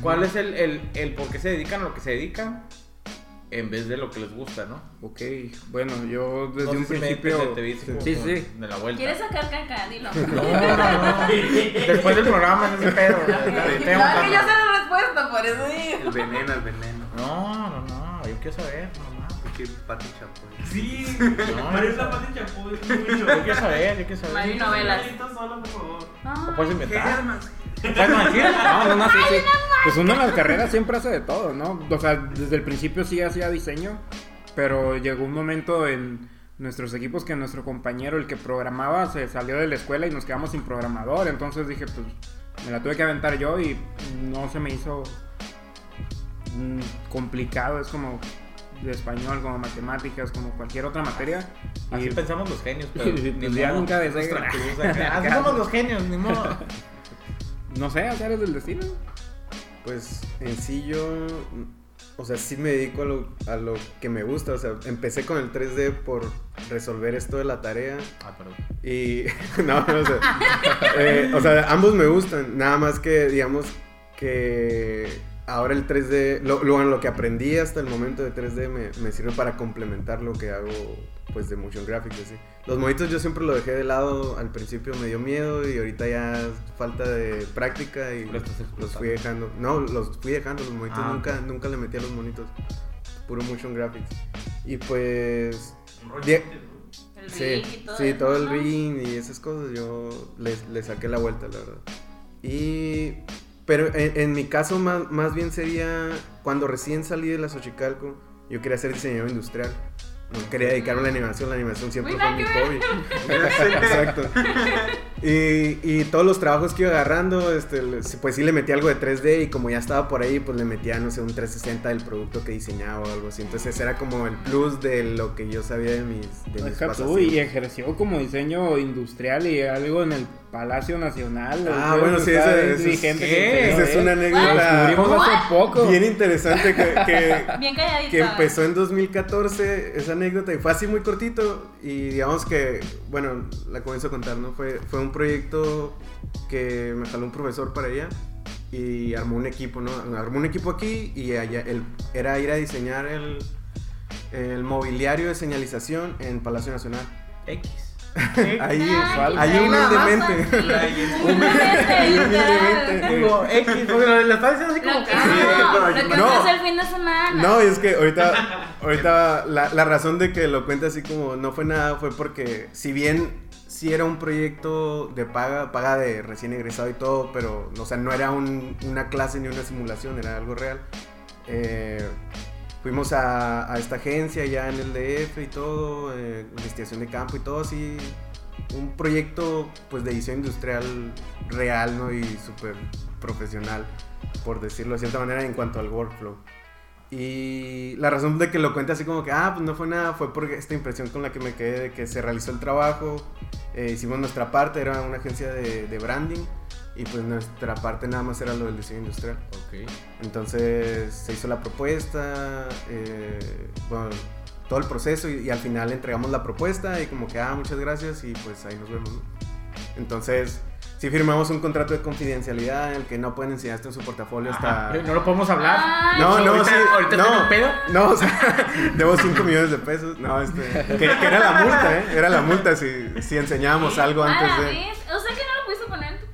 A: ¿Cuál es el, el, el por qué se dedican a lo que se dedican en vez de lo que les gusta, no?
E: Ok, bueno, yo desde
A: No sé
E: un
A: si me-
E: principio.
A: te- te vi como-
E: sí,
A: como
E: sí.
A: De la vuelta.
B: ¿Quieres sacar caca? Dilo.
A: No,
B: *laughs*
A: no, no. Después del programa, no es ese pedo.
B: Ok.
A: Te- te-
B: Eh, No,
A: te-
B: es que yo sé la respuesta, por eso digo.
F: El veneno, el veneno.
A: No, no, no, yo quiero saber, mamá.
F: Pinche Pati Chapoy.
D: Sí,
A: No.
D: pero es la parte chapú, es
E: *laughs*
D: mucho.
A: Yo quiero saber, yo quiero saber.
B: Mario no. Novelas.
D: Esto solo, por favor.
A: ¿Lo
B: Ah.
A: puedes inventar?
F: armas?
A: ¿Puedes mentir?
E: No, no, no, sí, sí. Pues uno en las carreras siempre hace de todo, ¿no? O sea, desde el principio sí hacía diseño, pero llegó un momento en nuestros equipos que nuestro compañero, el que programaba, se salió de la escuela y nos quedamos sin programador. Entonces dije, pues me la tuve que aventar yo y no se me hizo mm, complicado. Es como de español, como matemáticas, como cualquier otra materia.
A: Así
E: Y-
A: pensamos los genios, pero
E: Y-
A: ni
E: ya
A: modo.
E: nunca dejé.
A: Nuestra cruz acá. Así somos los genios, ni modo.
E: no sé, azares del destino.
C: Pues en sí yo, mm, o sea, sí me dedico a lo, a lo que me gusta, o sea, empecé con el 3D por resolver esto de la tarea
A: Ah, perdón.
C: y *laughs* no, no sé. Eh, o sea, ambos me gustan, nada más que digamos que ahora el 3D, lo, lo, lo que aprendí hasta el momento de 3D me, me sirve para complementar lo que hago pues de motion graphics, y así. Los monitos yo siempre lo dejé de lado, al principio me dio miedo y ahorita ya falta de práctica y
A: Lo estás
C: los
A: explotando.
C: fui dejando. No, los fui dejando, los monitos
A: Ah,
C: nunca, nunca le metí a los monitos. Puro motion graphics. Y pues
D: Un rollo,
C: Die-
D: ¿no?
B: El
C: Sí,
B: ring y todo
C: sí,
B: eso,
C: todo el
B: ¿no?
C: ring y esas cosas, yo le, le saqué la vuelta, la verdad. Y. Pero en, en mi caso, más, más bien sería cuando recién salí de la Xochicalco, yo quería ser diseñador industrial. No quería dedicarme a la animación, la animación siempre
B: Muy
C: fue
B: nada
C: mi
B: que ver.
C: hobby.
B: *laughs*
C: Exacto. Y, y todos los trabajos que iba agarrando, este, le- pues sí le metí algo de 3D y como ya estaba por ahí, pues le metía, no sé, un 360 del producto que diseñaba o algo así. Entonces era como el plus de lo que yo sabía de mis, de mis
E: Deja tú,
C: pasaciones.
E: y ejerció como diseño industrial y algo en el Palacio Nacional.
C: Ah,
E: Creo
C: bueno,
E: que
C: sí,
E: está
C: esa-
E: bien
C: esa es-
E: inteligente
A: ¿Qué?
E: que
C: Esa
E: se
C: es
E: ve.
C: una
E: ¿eh? Descubrimos
C: anécdota
E: hace poco.
C: bien interesante que, que,
B: Bien calladita.
C: que empezó en 2014 esa anécdota y fue así muy cortito y digamos que, bueno, la comienzo a contar, ¿no? Fue, fue un proyecto que me jaló un profesor para ella y armó un equipo, ¿no? Armó un equipo aquí y allá, el- era ir a diseñar el, el mobiliario de señalización en Palacio Nacional.
D: X.
C: Ahí,
B: Ay,
C: ahí
B: qué
C: humildemente.
B: mamá,
C: *laughs*
B: sí. *laughs*
C: Ahí
B: Humildemente,
C: humildemente.
B: literal.
A: Digo, X, porque lo, lo estaba diciendo así
B: Lo
A: como
B: que
A: que.
B: no, lo que
C: No.
B: no. el fin de semana.
C: No, es que ahorita, ahorita la, la razón de que lo cuente así como no fue nada fue porque si bien sí era un proyecto de paga, paga de recién egresado y todo, pero o sea, no era un- una clase ni una simulación, era algo real. Eh, fuimos a, a esta agencia ya en el DF y todo, eh, investigación de campo y todo así. Un proyecto pues de edición industrial real, ¿no? Y súper profesional, por decirlo de cierta manera, en cuanto al workflow. Y la razón de que lo cuente así como que, ah, pues no fue nada, fue porque esta impresión con la que me quedé de que se realizó el trabajo, eh, hicimos nuestra parte, era una agencia de, de branding, y pues nuestra parte nada más era lo del diseño industrial.
A: Ok.
C: Entonces se hizo la propuesta, eh, bueno, todo el proceso y, y al final entregamos la propuesta y como que, ah, muchas gracias y pues ahí nos vemos. ¿no? Entonces, sí firmamos un contrato de confidencialidad en el que no pueden enseñar esto en su portafolio hasta...
A: Ajá. Ah, No lo podemos hablar.
B: Ay,
C: No, no,
A: ahorita-
C: sí,
A: ahorita
C: no,
A: tengo un pedo.
C: No, o sea, *laughs* debo 5 millones de pesos. No, este, que, que era la multa, ¿eh? Era la multa si, si enseñábamos algo
B: a
C: antes
B: la
C: de...
B: vez. O sea que no lo pudiste poner en tu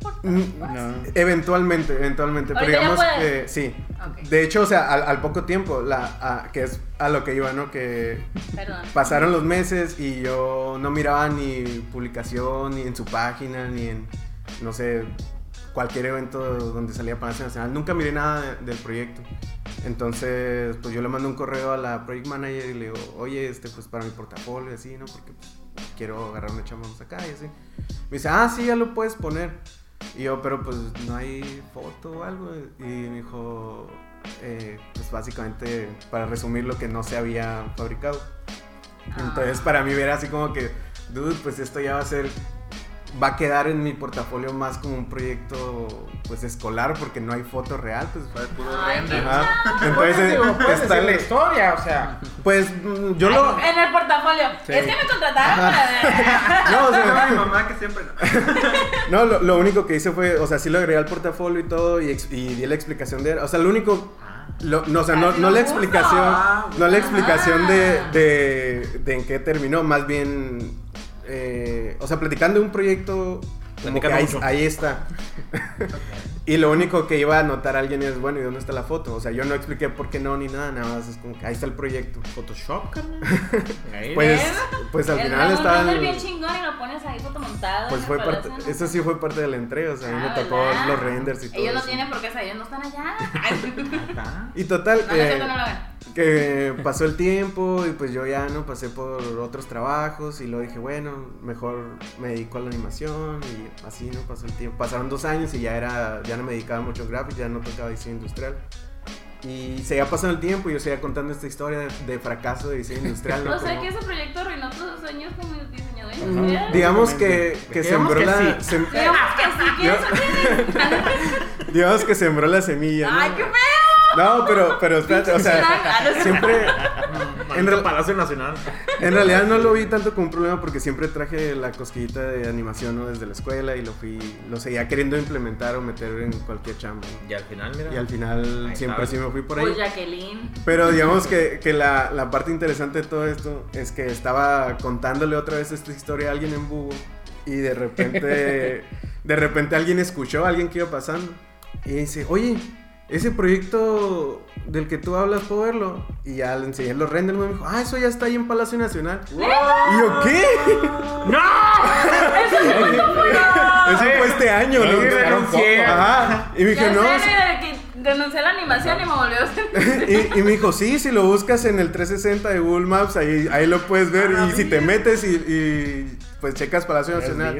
B: portal.
C: Mm, *laughs* Eventualmente, eventualmente, pero
B: Ahorita ya
C: digamos
B: puedes.
C: que sí.
B: Ok.
C: De hecho, o sea, al, al poco tiempo, la, a- que es a lo que iba, ¿no? Que
B: Perdón.
C: pasaron los meses y yo no miraba ni publicación, ni en su página, ni en, no sé, cualquier evento donde salía Palacio Nacional. Nunca miré nada de- del proyecto. Entonces, pues yo le mando un correo a la project manager y le digo, oye, este, pues para mi portafolio y así, ¿no? Porque pues, quiero agarrar una chamba más acá y así. Me dice, ah, sí, ya lo puedes poner. Y yo, pero pues no hay foto o algo. Y me dijo, eh, pues básicamente para resumir lo que no se había fabricado.
A: Ah.
C: Entonces para mí era así como que, dude, pues esto ya va a ser, va a quedar en mi portafolio más como un proyecto pues escolar porque no hay foto real. Pues,
F: Fue puro
B: Ay,
F: render.
A: Entonces,
C: Ajá. Entonces
A: Ah, digo, puedes
C: está
A: decir la
C: el-
A: historia, o sea.
C: Pues mm, yo lo...
B: En el portafolio. Es que me contrataron para.
C: No, o sea,
A: *laughs*
F: Mi mamá
E: *laughs*
F: que siempre no.
C: No, lo, lo único que hice fue, o sea, sí lo agregué al portafolio y todo y, ex- y di la explicación de, o sea, lo único,
A: Ah.
C: lo- no, o sea, no,
B: Casi
C: no
B: lo
C: la
B: puso.
C: explicación,
F: Ah,
C: no la explicación de,
B: Ah.
C: de, de en qué terminó, más bien, eh, o sea, platicando de un proyecto, como que
A: Platicando
C: ahí,
A: mucho.
C: ahí está. *laughs* y lo único que iba a anotar alguien es, bueno, ¿y dónde está la foto? O sea, yo no expliqué por qué no ni nada, nada más es como que ahí está el proyecto.
A: Photoshop, carnal. Ahí.
C: Pues, pues al
B: ¿Eh? El
C: final
B: Dragon
C: estaba...
B: Ball bien chingón y lo pones ahí fotomontado.
C: Pues
B: Ah, me
C: fue parte,
B: parece, ¿no?
C: eso sí fue parte de la entrega, o sea, a mí
B: Ah,
C: me tocó
B: ¿verdad?
C: los renders y todo.
B: Ellos lo
C: eso.
B: tienen porque o sea, ellos no están allá. Ay,
A: Ah,
C: Y total,
B: No, no,
C: eh,
B: es cierto, no lo hagan.
C: que pasó el tiempo y pues yo ya no pasé por otros trabajos y luego dije, bueno, mejor me dedico a la animación y así, ¿no? Pasó el tiempo. Pasaron dos años y ya era, ya no me dedicaba mucho a gráficos, ya no tocaba diseño industrial. Y seguía pasando el tiempo y yo seguía contando esta historia de, de fracaso de diseño industrial. ¿no?
B: *laughs* O sea
C: Como-
B: que ese proyecto arruinó tus sueños como diseñador
C: Mm,
B: industrial.
C: Digamos que, que
A: Digamos
C: sembró
A: que
C: la...
A: sí.
C: sem-
B: Digamos que sí, ¿quién *laughs*
C: Digamos que sembró la semilla. ¿no?
B: Ay, qué feo.
C: No, pero, pero espérate, o sea,
B: Ah, no, sí.
C: siempre,
A: en
C: real-
A: el Palacio Nacional.
C: en realidad no lo vi tanto como un problema porque siempre traje la cosquillita de animación ¿no? desde la escuela y lo fui, lo seguía queriendo implementar o meter en cualquier chamba. ¿no?
A: Y al final, mira.
C: Y al final
A: Ahí
C: siempre
A: está.
C: sí me fui por ahí.
B: Pues Jacqueline.
C: Pero digamos que, que la, la parte interesante de todo esto es que estaba contándole otra vez esta historia a alguien en Bugo y de repente, de repente alguien escuchó a alguien que iba pasando y dice, oye, ese proyecto del que tú hablas, ¿puedo verlo? Y ya le enseñé los renders, me dijo, ah, eso ya está ahí en Palacio Nacional. ¿Y yo qué?
A: ¡No!
C: Eso fue este año,
A: Sí,
C: ¿no?
A: renuncié.
C: Ajá, Y me
B: Ya
C: dije,
B: sé,
C: no.
B: de que renuncié a la animación y me volvió a hacer.
C: Y, y me dijo, sí, si lo buscas en el 360 de Google Maps, ahí, ahí lo puedes ver.
D: Ah,
C: y si
D: mira.
C: te metes y, y, pues checas Palacio Nacional.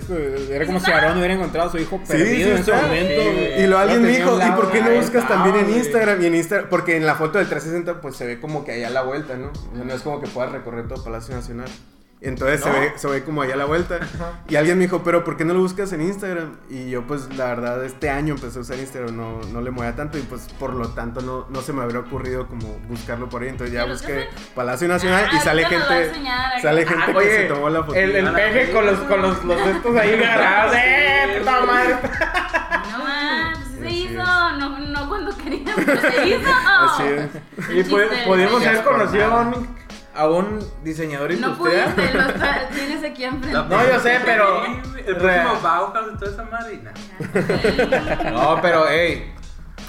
E: Era como si Aarón hubiera encontrado a su hijo
C: Sí, sí,
E: perdido en ese
C: está.
E: momento. güey.
C: Y lo alguien me
E: tenía a
C: dijo,
E: un
C: ¿y
E: lado,
C: por qué no
E: ahí
C: buscas
E: estaba,
C: también en
E: güey.
C: Instagram? Y en Instagram, porque en la foto del 360 pues se ve como que ahí a la vuelta, ¿no? O sea, no es como que puedas recorrer todo Palacio Nacional. Entonces se, ve, se ve como ahí a la vuelta. Y alguien me dijo, pero ¿por qué no lo buscas en Instagram? Y yo pues la verdad este año empecé a usar Instagram, no, no le movía tanto y pues por lo tanto no, no se me habría ocurrido como buscarlo por ahí. Entonces ya
B: Pero
C: busqué
B: entonces-
C: Palacio Nacional y
B: Ah,
C: sale
B: ahorita nos va a
C: gente,
B: enseñar.
C: sale gente
E: Ah,
C: que se tomó la foto. Ah,
A: el,
E: *laughs*
A: el peje con los, con los, los estos ahí *laughs* agarrados. ¡Eh, puta madre!
B: No más, pues sí se
C: Así
B: hizo.
C: es.
B: No, no cuando quería, pero se hizo.
C: Así es.
A: Y
B: Chiste,
A: pu- pudimos
B: sí.
A: haber conocido a un, a un diseñador
B: No
A: industrial.
B: pudiste, lo está- tienes aquí enfrente.
A: No, yo sé, pero.
F: El próximo Bauhaus y toda esa marina.
B: *laughs*
A: No, pero, ey.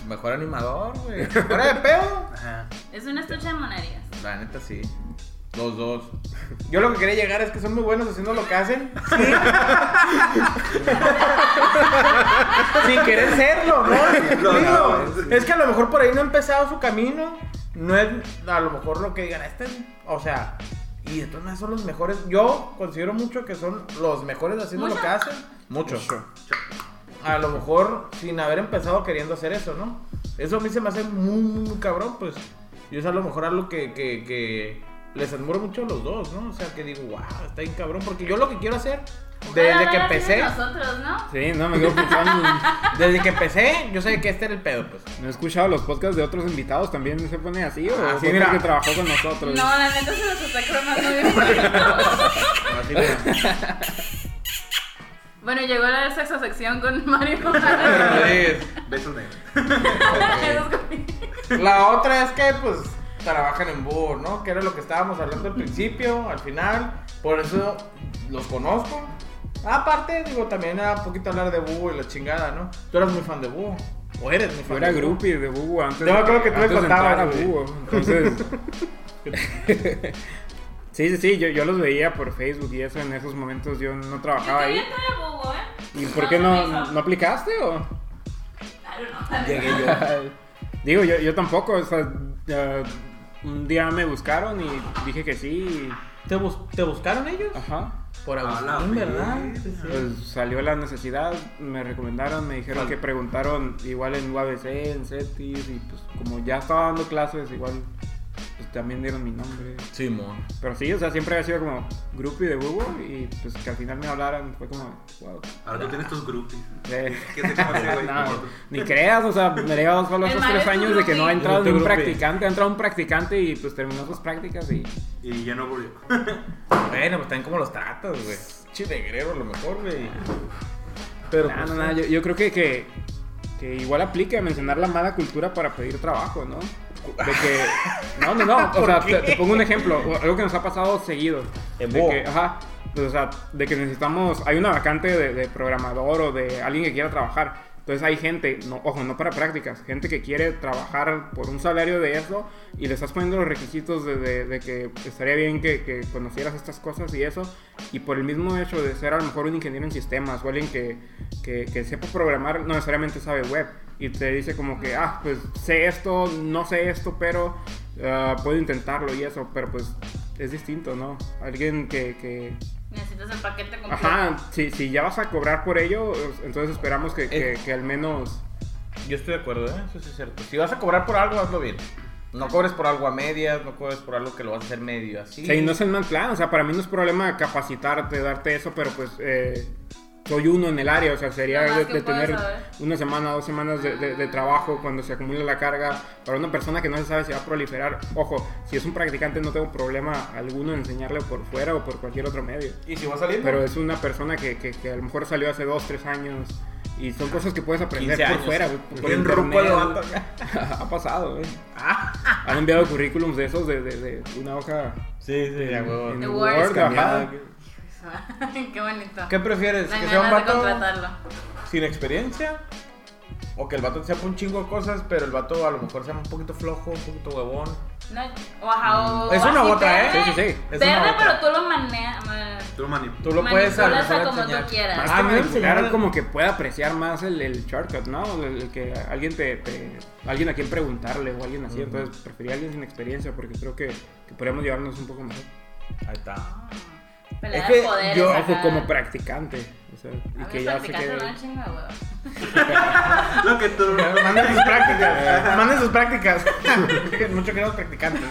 A: Mejor animador, güey. Fuera de pedo.
F: Ajá.
B: Es una estuche de monerías.
A: La neta sí. Los dos. Yo lo que quería llegar es que son muy buenos haciendo lo que hacen. Sin querer serlo, ¿no?
F: No,
A: Digo,
F: no,
A: es que a lo mejor por ahí no ha empezado su camino. No es a lo mejor lo que digan, este, o sea, y de todas maneras son los mejores. Yo considero mucho que son los mejores haciendo lo
B: ¿Mucho?
A: que hacen. Mucho. A lo mejor sin haber empezado queriendo hacer eso, ¿no? Eso a mí se me hace muy, muy cabrón, pues. Y es a lo mejor algo que, que, que les admiro mucho a los dos, ¿no? O sea, que digo, wow, está bien cabrón. Porque yo lo que quiero hacer, desde
B: Ahora
A: que
B: van a hacer
A: empecé,
B: Nosotros, ¿no?
E: Sí, no, me quedo pensando.
A: desde que empecé, yo sé que este era el pedo, pues.
E: No he escuchado los podcasts de otros invitados, también se pone así, o
A: Ah, sí,
E: podcast
A: mira.
E: que trabajó con nosotros.
B: No, la neta se los está cromando
A: *laughs*
B: bien bonito.
F: *laughs*
A: Así que-
B: Bueno, llegó la sexta sección con
A: *laughs*
B: Mario.
F: Besos negros.
B: Eso es como-
A: La otra es que, pues, trabajan en búho, ¿no? Que era lo que estábamos hablando al principio, al final. Por eso los conozco. Aparte, digo, también era poquito hablar de búho y la chingada, ¿no? Tú eras muy fan de búho. O eres muy
E: Yo
A: fan
E: era
A: de Búho.
E: groupie de Bubu antes
A: Yo
E: de-
A: me acuerdo que tú me
E: antes de entrar
A: contabas,
E: a
A: güey.
E: Bubu,
A: *laughs*
E: entonces... sí, sí, sí, yo, yo los veía por Facebook y eso, en esos momentos yo no
B: Yo
E: trabajaba ahí.
B: quería entrar a Bobo, ¿eh?
E: ¿Y por qué
B: se me
E: no,
B: hizo.
E: no aplicaste
A: *laughs*
E: o...?
B: Claro, no, la neta.
E: Digo, yo, yo tampoco, o sea, eh, un día me buscaron y dije que sí, y-
A: ¿Te, bus- te buscaron
E: Ah,
A: ellos?
E: ajá.
A: Por
F: A la
A: Agustín,
F: vez.
A: ¿verdad? Sí, sí.
E: Pues salió la necesidad, me recomendaron, me dijeron
A: Vale.
E: que preguntaron igual en UABC, en CETIS, y pues como ya estaba dando clases, igual pues también dieron mi nombre.
A: Simón.
E: Pero sí, o sea, siempre había sido como groupie de Google y pues que al final me hablaran fue como, wow.
F: Ahora tú tienes tus groupies.
E: Eh, *laughs*
F: ¿Qué te conoce, güey?
E: no, ni creas, o sea, me llevaba solo
B: El
E: esos
B: Mario
E: tres
B: es un
E: años de que no ha
B: groupie.
E: entrado
A: Yo no
E: ni un
A: soy groupie.
E: practicante, ha entrado un practicante y pues terminó sus prácticas y...
F: Y ya no volvió. *laughs*
A: Bueno, pues también cómo los tratas, güey. Chinegrero, a lo mejor, güey. Pero.
E: No,
A: pues,
E: no, no, yo, yo creo que, que, que igual aplica mencionar la mala cultura para pedir trabajo, ¿no? De
A: *laughs*
E: que, no, no, no, o sea, te, te pongo un ejemplo, o- algo que nos ha pasado seguido.
A: En
E: de
A: Bo.
E: que, ajá, pues, o sea, de que necesitamos, hay una vacante de, de programador o de alguien que quiera trabajar. Entonces hay gente, no, ojo, no para prácticas, gente que quiere trabajar por un salario de eso y le estás poniendo los requisitos de, de- de que estaría bien que, que conocieras estas cosas y eso, y por el mismo hecho de ser a lo mejor un ingeniero en sistemas o alguien que, que, que sepa programar, no necesariamente sabe web, y te dice como que, ah, pues sé esto, no sé esto, pero ah, puedo intentarlo y eso, pero pues es distinto, ¿no? Alguien que... que
B: Necesitas el paquete completo.
E: ajá, si, si ya vas a cobrar por ello, entonces esperamos que, que, que al menos...
A: Yo estoy de acuerdo, ¿eh? eso sí es cierto. Si vas a cobrar por algo, hazlo bien. No cobres por algo a medias, no cobres por algo que lo vas a hacer medio así.
E: Sí, no es el mal plan, o sea, para mí no es problema capacitarte, darte eso, pero pues eh, soy uno en el área, o sea, sería
B: Lo más
E: de,
B: que
E: de
B: puedas
E: tener
B: saber. Ah.
E: una semana, dos semanas de, de- de trabajo cuando se acumula la carga. Para una persona que no se sabe si va a proliferar, ojo, si es un practicante no tengo problema alguno en enseñarle por fuera o por cualquier otro medio.
A: ¿Y si va saliendo?
E: Pero es una persona que, que- que a lo mejor salió hace dos, tres años y son cosas que puedes aprender
A: 15
E: por
A: años.
E: fuera, por
A: Bien
E: internet.
A: ruco el vato acá.
E: *laughs* ha pasado, eh.
A: Ah.
E: Han enviado currículums de esos de- de- de una hoja
A: Sí, sí, ya, huevo.
E: en
B: The
E: Word,
B: Word.
E: ajá.
C: Cambiada.
B: *laughs* Qué bonito.
A: ¿Qué prefieres?
B: Dan
A: ¿Que sea un
B: ganas de
A: vato
B: contratarlo.
A: sin experiencia? ¿O que el vato sepa un chingo de cosas, pero el vato a lo mejor sea un poquito flojo, un poquito huevón?
B: No, o ajá, o
A: Es una
B: así
A: u otra, ¿eh?
B: verde,
E: Sí, sí, sí,
A: es
B: verde,
A: una u otra.
B: pero tú lo manejas.
F: Tú lo manipulas.
A: Tú lo puedes
B: Manipulas
A: empezar
B: a como
A: enseñar.
B: tú quieras.
E: Más
A: Ah,
E: que
A: no,
E: manipular,
A: enseñar-
E: como que pueda apreciar más el, el shortcut, ¿no? El, el que alguien te, te- alguien a quien preguntarle o alguien así. Entonces prefería a alguien sin experiencia porque creo que, que podríamos llevarnos un poco mejor.
F: Ahí está.
B: Pelea
E: Es
B: de
E: que
B: poderes
E: yo
B: acá.
E: ojo, como practicante. O sea, y
B: A
E: que
B: mí
E: ya sé
B: practicante
E: que.
B: me dan chingo de hueva.
F: Lo que tú.
A: Manden sus *laughs* prácticas. Manden sus prácticas. Mucho queremos practicantes.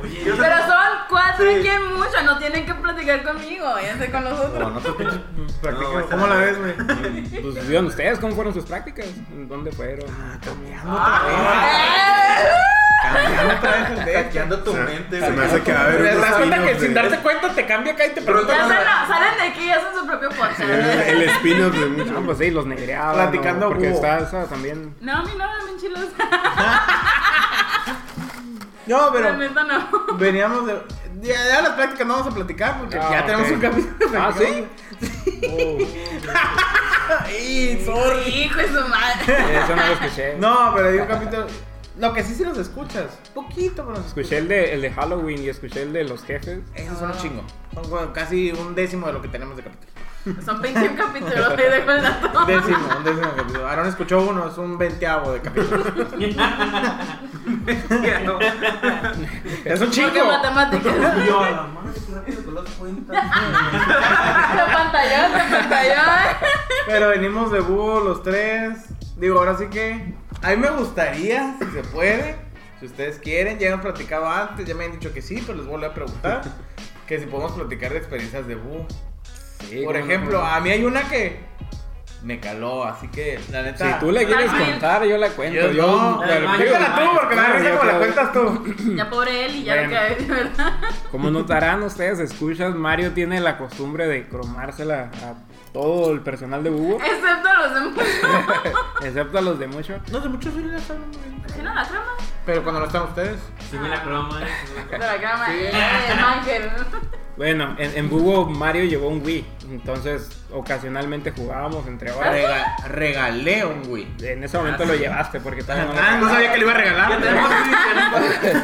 D: Oye,
F: Yo sé-
B: Pero son cuatro
F: Sí.
B: y que mucho, no tienen que platicar conmigo, ya sé con los
A: No,
B: otros.
A: no te pinches prácticas.
F: No,
A: ¿Cómo la ves, güey?
E: Pues digan ustedes cómo fueron sus prácticas, ¿En dónde fueron.
A: Ah,
E: Ah,
B: Eh,
A: Cambiando otra vez el dedo.
F: Hackeando tu mente,
C: Se
F: güey.
C: me hace que va a haber
E: Te das
C: unos
E: cuenta que
C: spin-offs
E: sin
C: de-
E: darte cuenta te cambia acá y te
F: Pronto
E: pregunta.
B: Ya
F: no me-
B: salen, salen de aquí y hacen su propio podcast.
C: El spin-off de
E: No,
C: mucho.
E: pues sí, los negreaban.
A: Platicando
E: o- Porque
A: búho.
E: está esa también.
B: No, mi no, eran bien chilos. *laughs*
A: No,
B: La
A: pero
B: neta no.
A: veníamos de. Ya, ya las prácticas no vamos a platicar porque
E: Ah,
A: ya tenemos
E: ok.
A: un capítulo.
E: Ah, *laughs* ¿sí?
A: Ay, sorry.
B: Hijo de su madre.
E: Eh, Eso no lo escuché.
A: No, pero hay un capítulo. Lo que sí sí los escuchas. Poquito, pero los escuchas.
E: Escuché el de, el de Halloween y escuché el de los jefes.
A: Esos son un chingo. Son como casi un décimo de lo que tenemos de capítulo.
B: Son 21 capítulos, ahí dejo el dato.
A: Un décimo, un décimo de capítulo. Aaron escuchó uno, es un veinteavo de *laughs* capítulo. es un chingo.
B: Porque
E: *laughs*
B: matemáticas.
D: yo a la madre, qué rápido que las cuentas.
F: *laughs*
B: La pantallón, la pantallón.
A: Pero venimos de búho los tres. Digo, ahora sí que. A mí me gustaría, si se puede. Si ustedes quieren, ya han platicado antes, ya me han dicho que sí, pero les vuelvo a preguntar. Que si podemos platicar de experiencias de búho.
E: Sí,
A: Por
E: cómo no,
A: ejemplo, ah,
E: cómo no.
A: a mí hay una que me caló, así que la neta.
E: Si tú le quieres
B: Ay,
E: contar, yo la cuento.
A: Yo,
E: yo-
A: no,
E: la-
D: Ay,
E: digo,
A: dígala tú, porque me da
E: claro,
A: risa
E: yo
A: como la
E: creo-
A: cuentas tú.
B: Ya pobre él y ya
E: Bueno.
B: lo que de verdad.
E: Como notarán ustedes, escuchas, Mario tiene la costumbre de cromársela a todo el personal de Hugo, *laughs*
B: Excepto los de
E: excepto a los de mucho.
A: No sé, muchos sí la saben muy bien.
B: *laughs* ¿Sí no la crema?
A: Pero cuando no están ustedes.
D: Si me la croma, eh, sí me la
B: De
D: croma.
B: la crema, eh, Michael.
E: Bueno, en, en Bugo Mario llevó un Wii, entonces ocasionalmente jugábamos entre horas.
A: Rega- regalé un güey.
B: Ah.
E: En ese momento lo llevaste porque todavía no lo
A: Ah, no sabía que le iba a
D: Ya tenemos
A: regalar.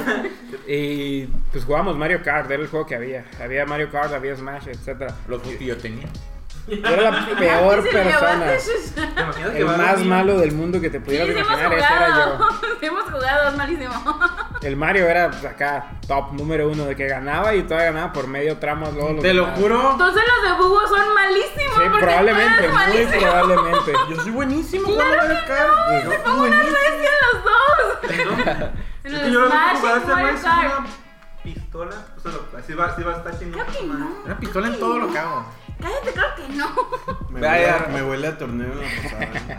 E: Y pues jugábamos Mario Kart, era el juego que había. Había Mario Kart, había Smash, etc.
A: Los que yo tenía.
E: Yo
B: *laughs*
E: era la *laughs* peor
B: Sí, llevaste,
E: persona.
B: sí, sí.
D: ¿Te imaginas que
E: El
D: va a
E: más
D: venir?
E: malo del mundo que te pudieras
B: Sí, sí hemos
E: imaginar, ese era yo.
B: jugado. *laughs* Sí hemos jugado, es malísimo.
E: El Mario era pues, acá top número uno de que ganaba y todavía ganaba por medio tramo. Luego
A: Te lo
E: ganaba.
A: juro.
B: Entonces los de Bugo son malísimos.
E: Sí,
B: porque tú
E: probablemente,
B: eres
E: muy
B: malísimo.
E: probablemente.
A: *laughs* Yo soy buenísimo jugando a la
B: *laughs* Te pongo una bestia los dos. *laughs* En
F: Es
B: el
F: que yo lo vi
B: Smash y
F: jugar este
B: Mario
F: güey es
B: Kart.
F: una pistola. O sea, lo- así va, así va a estar chingón.
B: Creo que no.
A: Una pistola en todo lo que hago.
B: Cállate, creo que no.
C: Me
A: Vaya.
C: huele, a- me huele a torneo la pasada.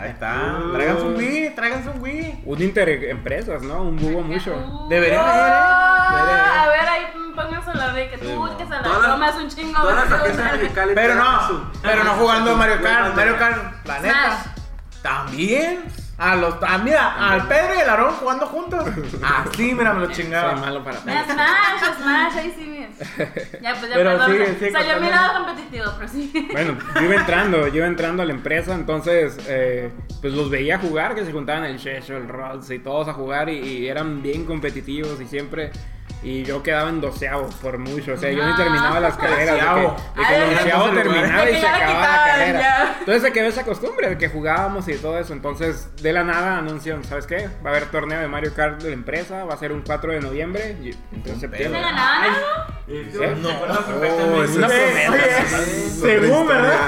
A: *laughs* Ahí está. Tráiganse un Wii, tráiganse un Wii.
E: Un interempresas, ¿no?
B: *laughs*
E: Un bugo mucho.
B: Uh,
A: Deberían haber, ¿eh? Deberían
B: A
A: haber.
B: ver, ahí pónganse la de que
A: Sí,
B: tú
A: no.
B: que se la
F: Todas las-
B: tomas un chingo. *laughs*
F: Todas las
B: más
F: tarjetas
B: que una.
F: musicales
A: Pero
F: traen
A: no,
F: su-
A: pero no jugando
F: su-
A: Mario
F: su-
A: Kart.
F: su-
A: Mario Kart, la neta.
B: Smash.
A: También. A los, ah, mira, al Pedro y al Aarón jugando *laughs* juntos. Así, mira, me lo
E: Soy
A: chingaba.
E: malo para
B: Mira, Smash, Smash, ahí sí
A: *laughs*
B: mira. Ya, pues ya
A: Pero
B: perdón.
A: sigue, sigue
B: Salió mi
A: contando.
B: lado competitivo, pero sí. *laughs*
E: Bueno, yo iba entrando, yo iba entrando a la empresa, entonces eh, pues los veía jugar, que se juntaban el Checho, el Rolls y todos a jugar y, y eran bien competitivos y siempre... Y yo quedaba en doceavo por mucho, o sea, yo ni
B: Ah.
E: terminaba las carreras.
A: Doceavo.
E: De que, de que
B: Ay,
E: el doceavo
A: entonces,
E: terminaba
B: de
E: y
B: que
E: se
B: ya la
E: acababa la
B: quitaban,
E: carrera.
B: ya.
E: Entonces se quedó esa costumbre de que jugábamos y todo eso. Entonces, de la nada anuncian, ¿sabes qué? Va a haber torneo de Mario Kart de la empresa, va a ser un 4 de noviembre, y- en
B: ¿Se
E: septiembre.
B: ganaban algo?
D: Eh,
E: ¿Sí?
D: se acuerda
C: Oh,
D: perfectamente.
C: ese-
E: Una
A: Oye,
E: promesa.
A: según, ¿verdad?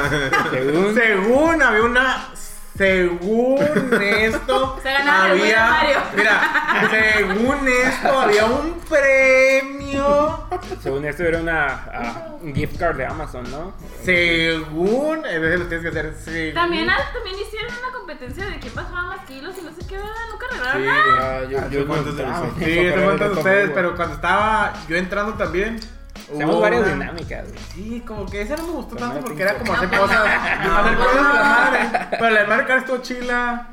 B: *laughs*
E: Según
A: Según había una. Según esto.
B: *laughs* Se ganaba el Wii de
A: había,
B: Mario.
A: Mira, según esto había un *laughs* premio.
E: Según esto era una ah, un gift card de Amazon, ¿no?
A: Según. A veces lo tienes que hacer. según-
B: También, ah, también hicieron una competencia de quién bajaba más kilos y no sé qué, ¿verdad? Nunca
E: Sí,
B: arreglaron nada.
E: ah, yo, yo
C: ¿hace cuánto se
E: encontraba.
C: hizo?
A: Sí, eso
E: Pero
A: cuentan
E: no
A: ustedes,
E: tomo,
A: pero cuando estaba yo entrando también.
E: Hacemos
A: hubo
E: varias
A: una-
E: dinámicas. güey.
A: Sí, como que esa no me gustó
E: Pero
A: tanto
E: no
A: porque era
E: pinto.
A: como hacer
B: No,
A: cosas.
B: *laughs* no,
A: Hacer
B: no.
A: cosas de la madre. Pero la de Mario Kart estuvo chila.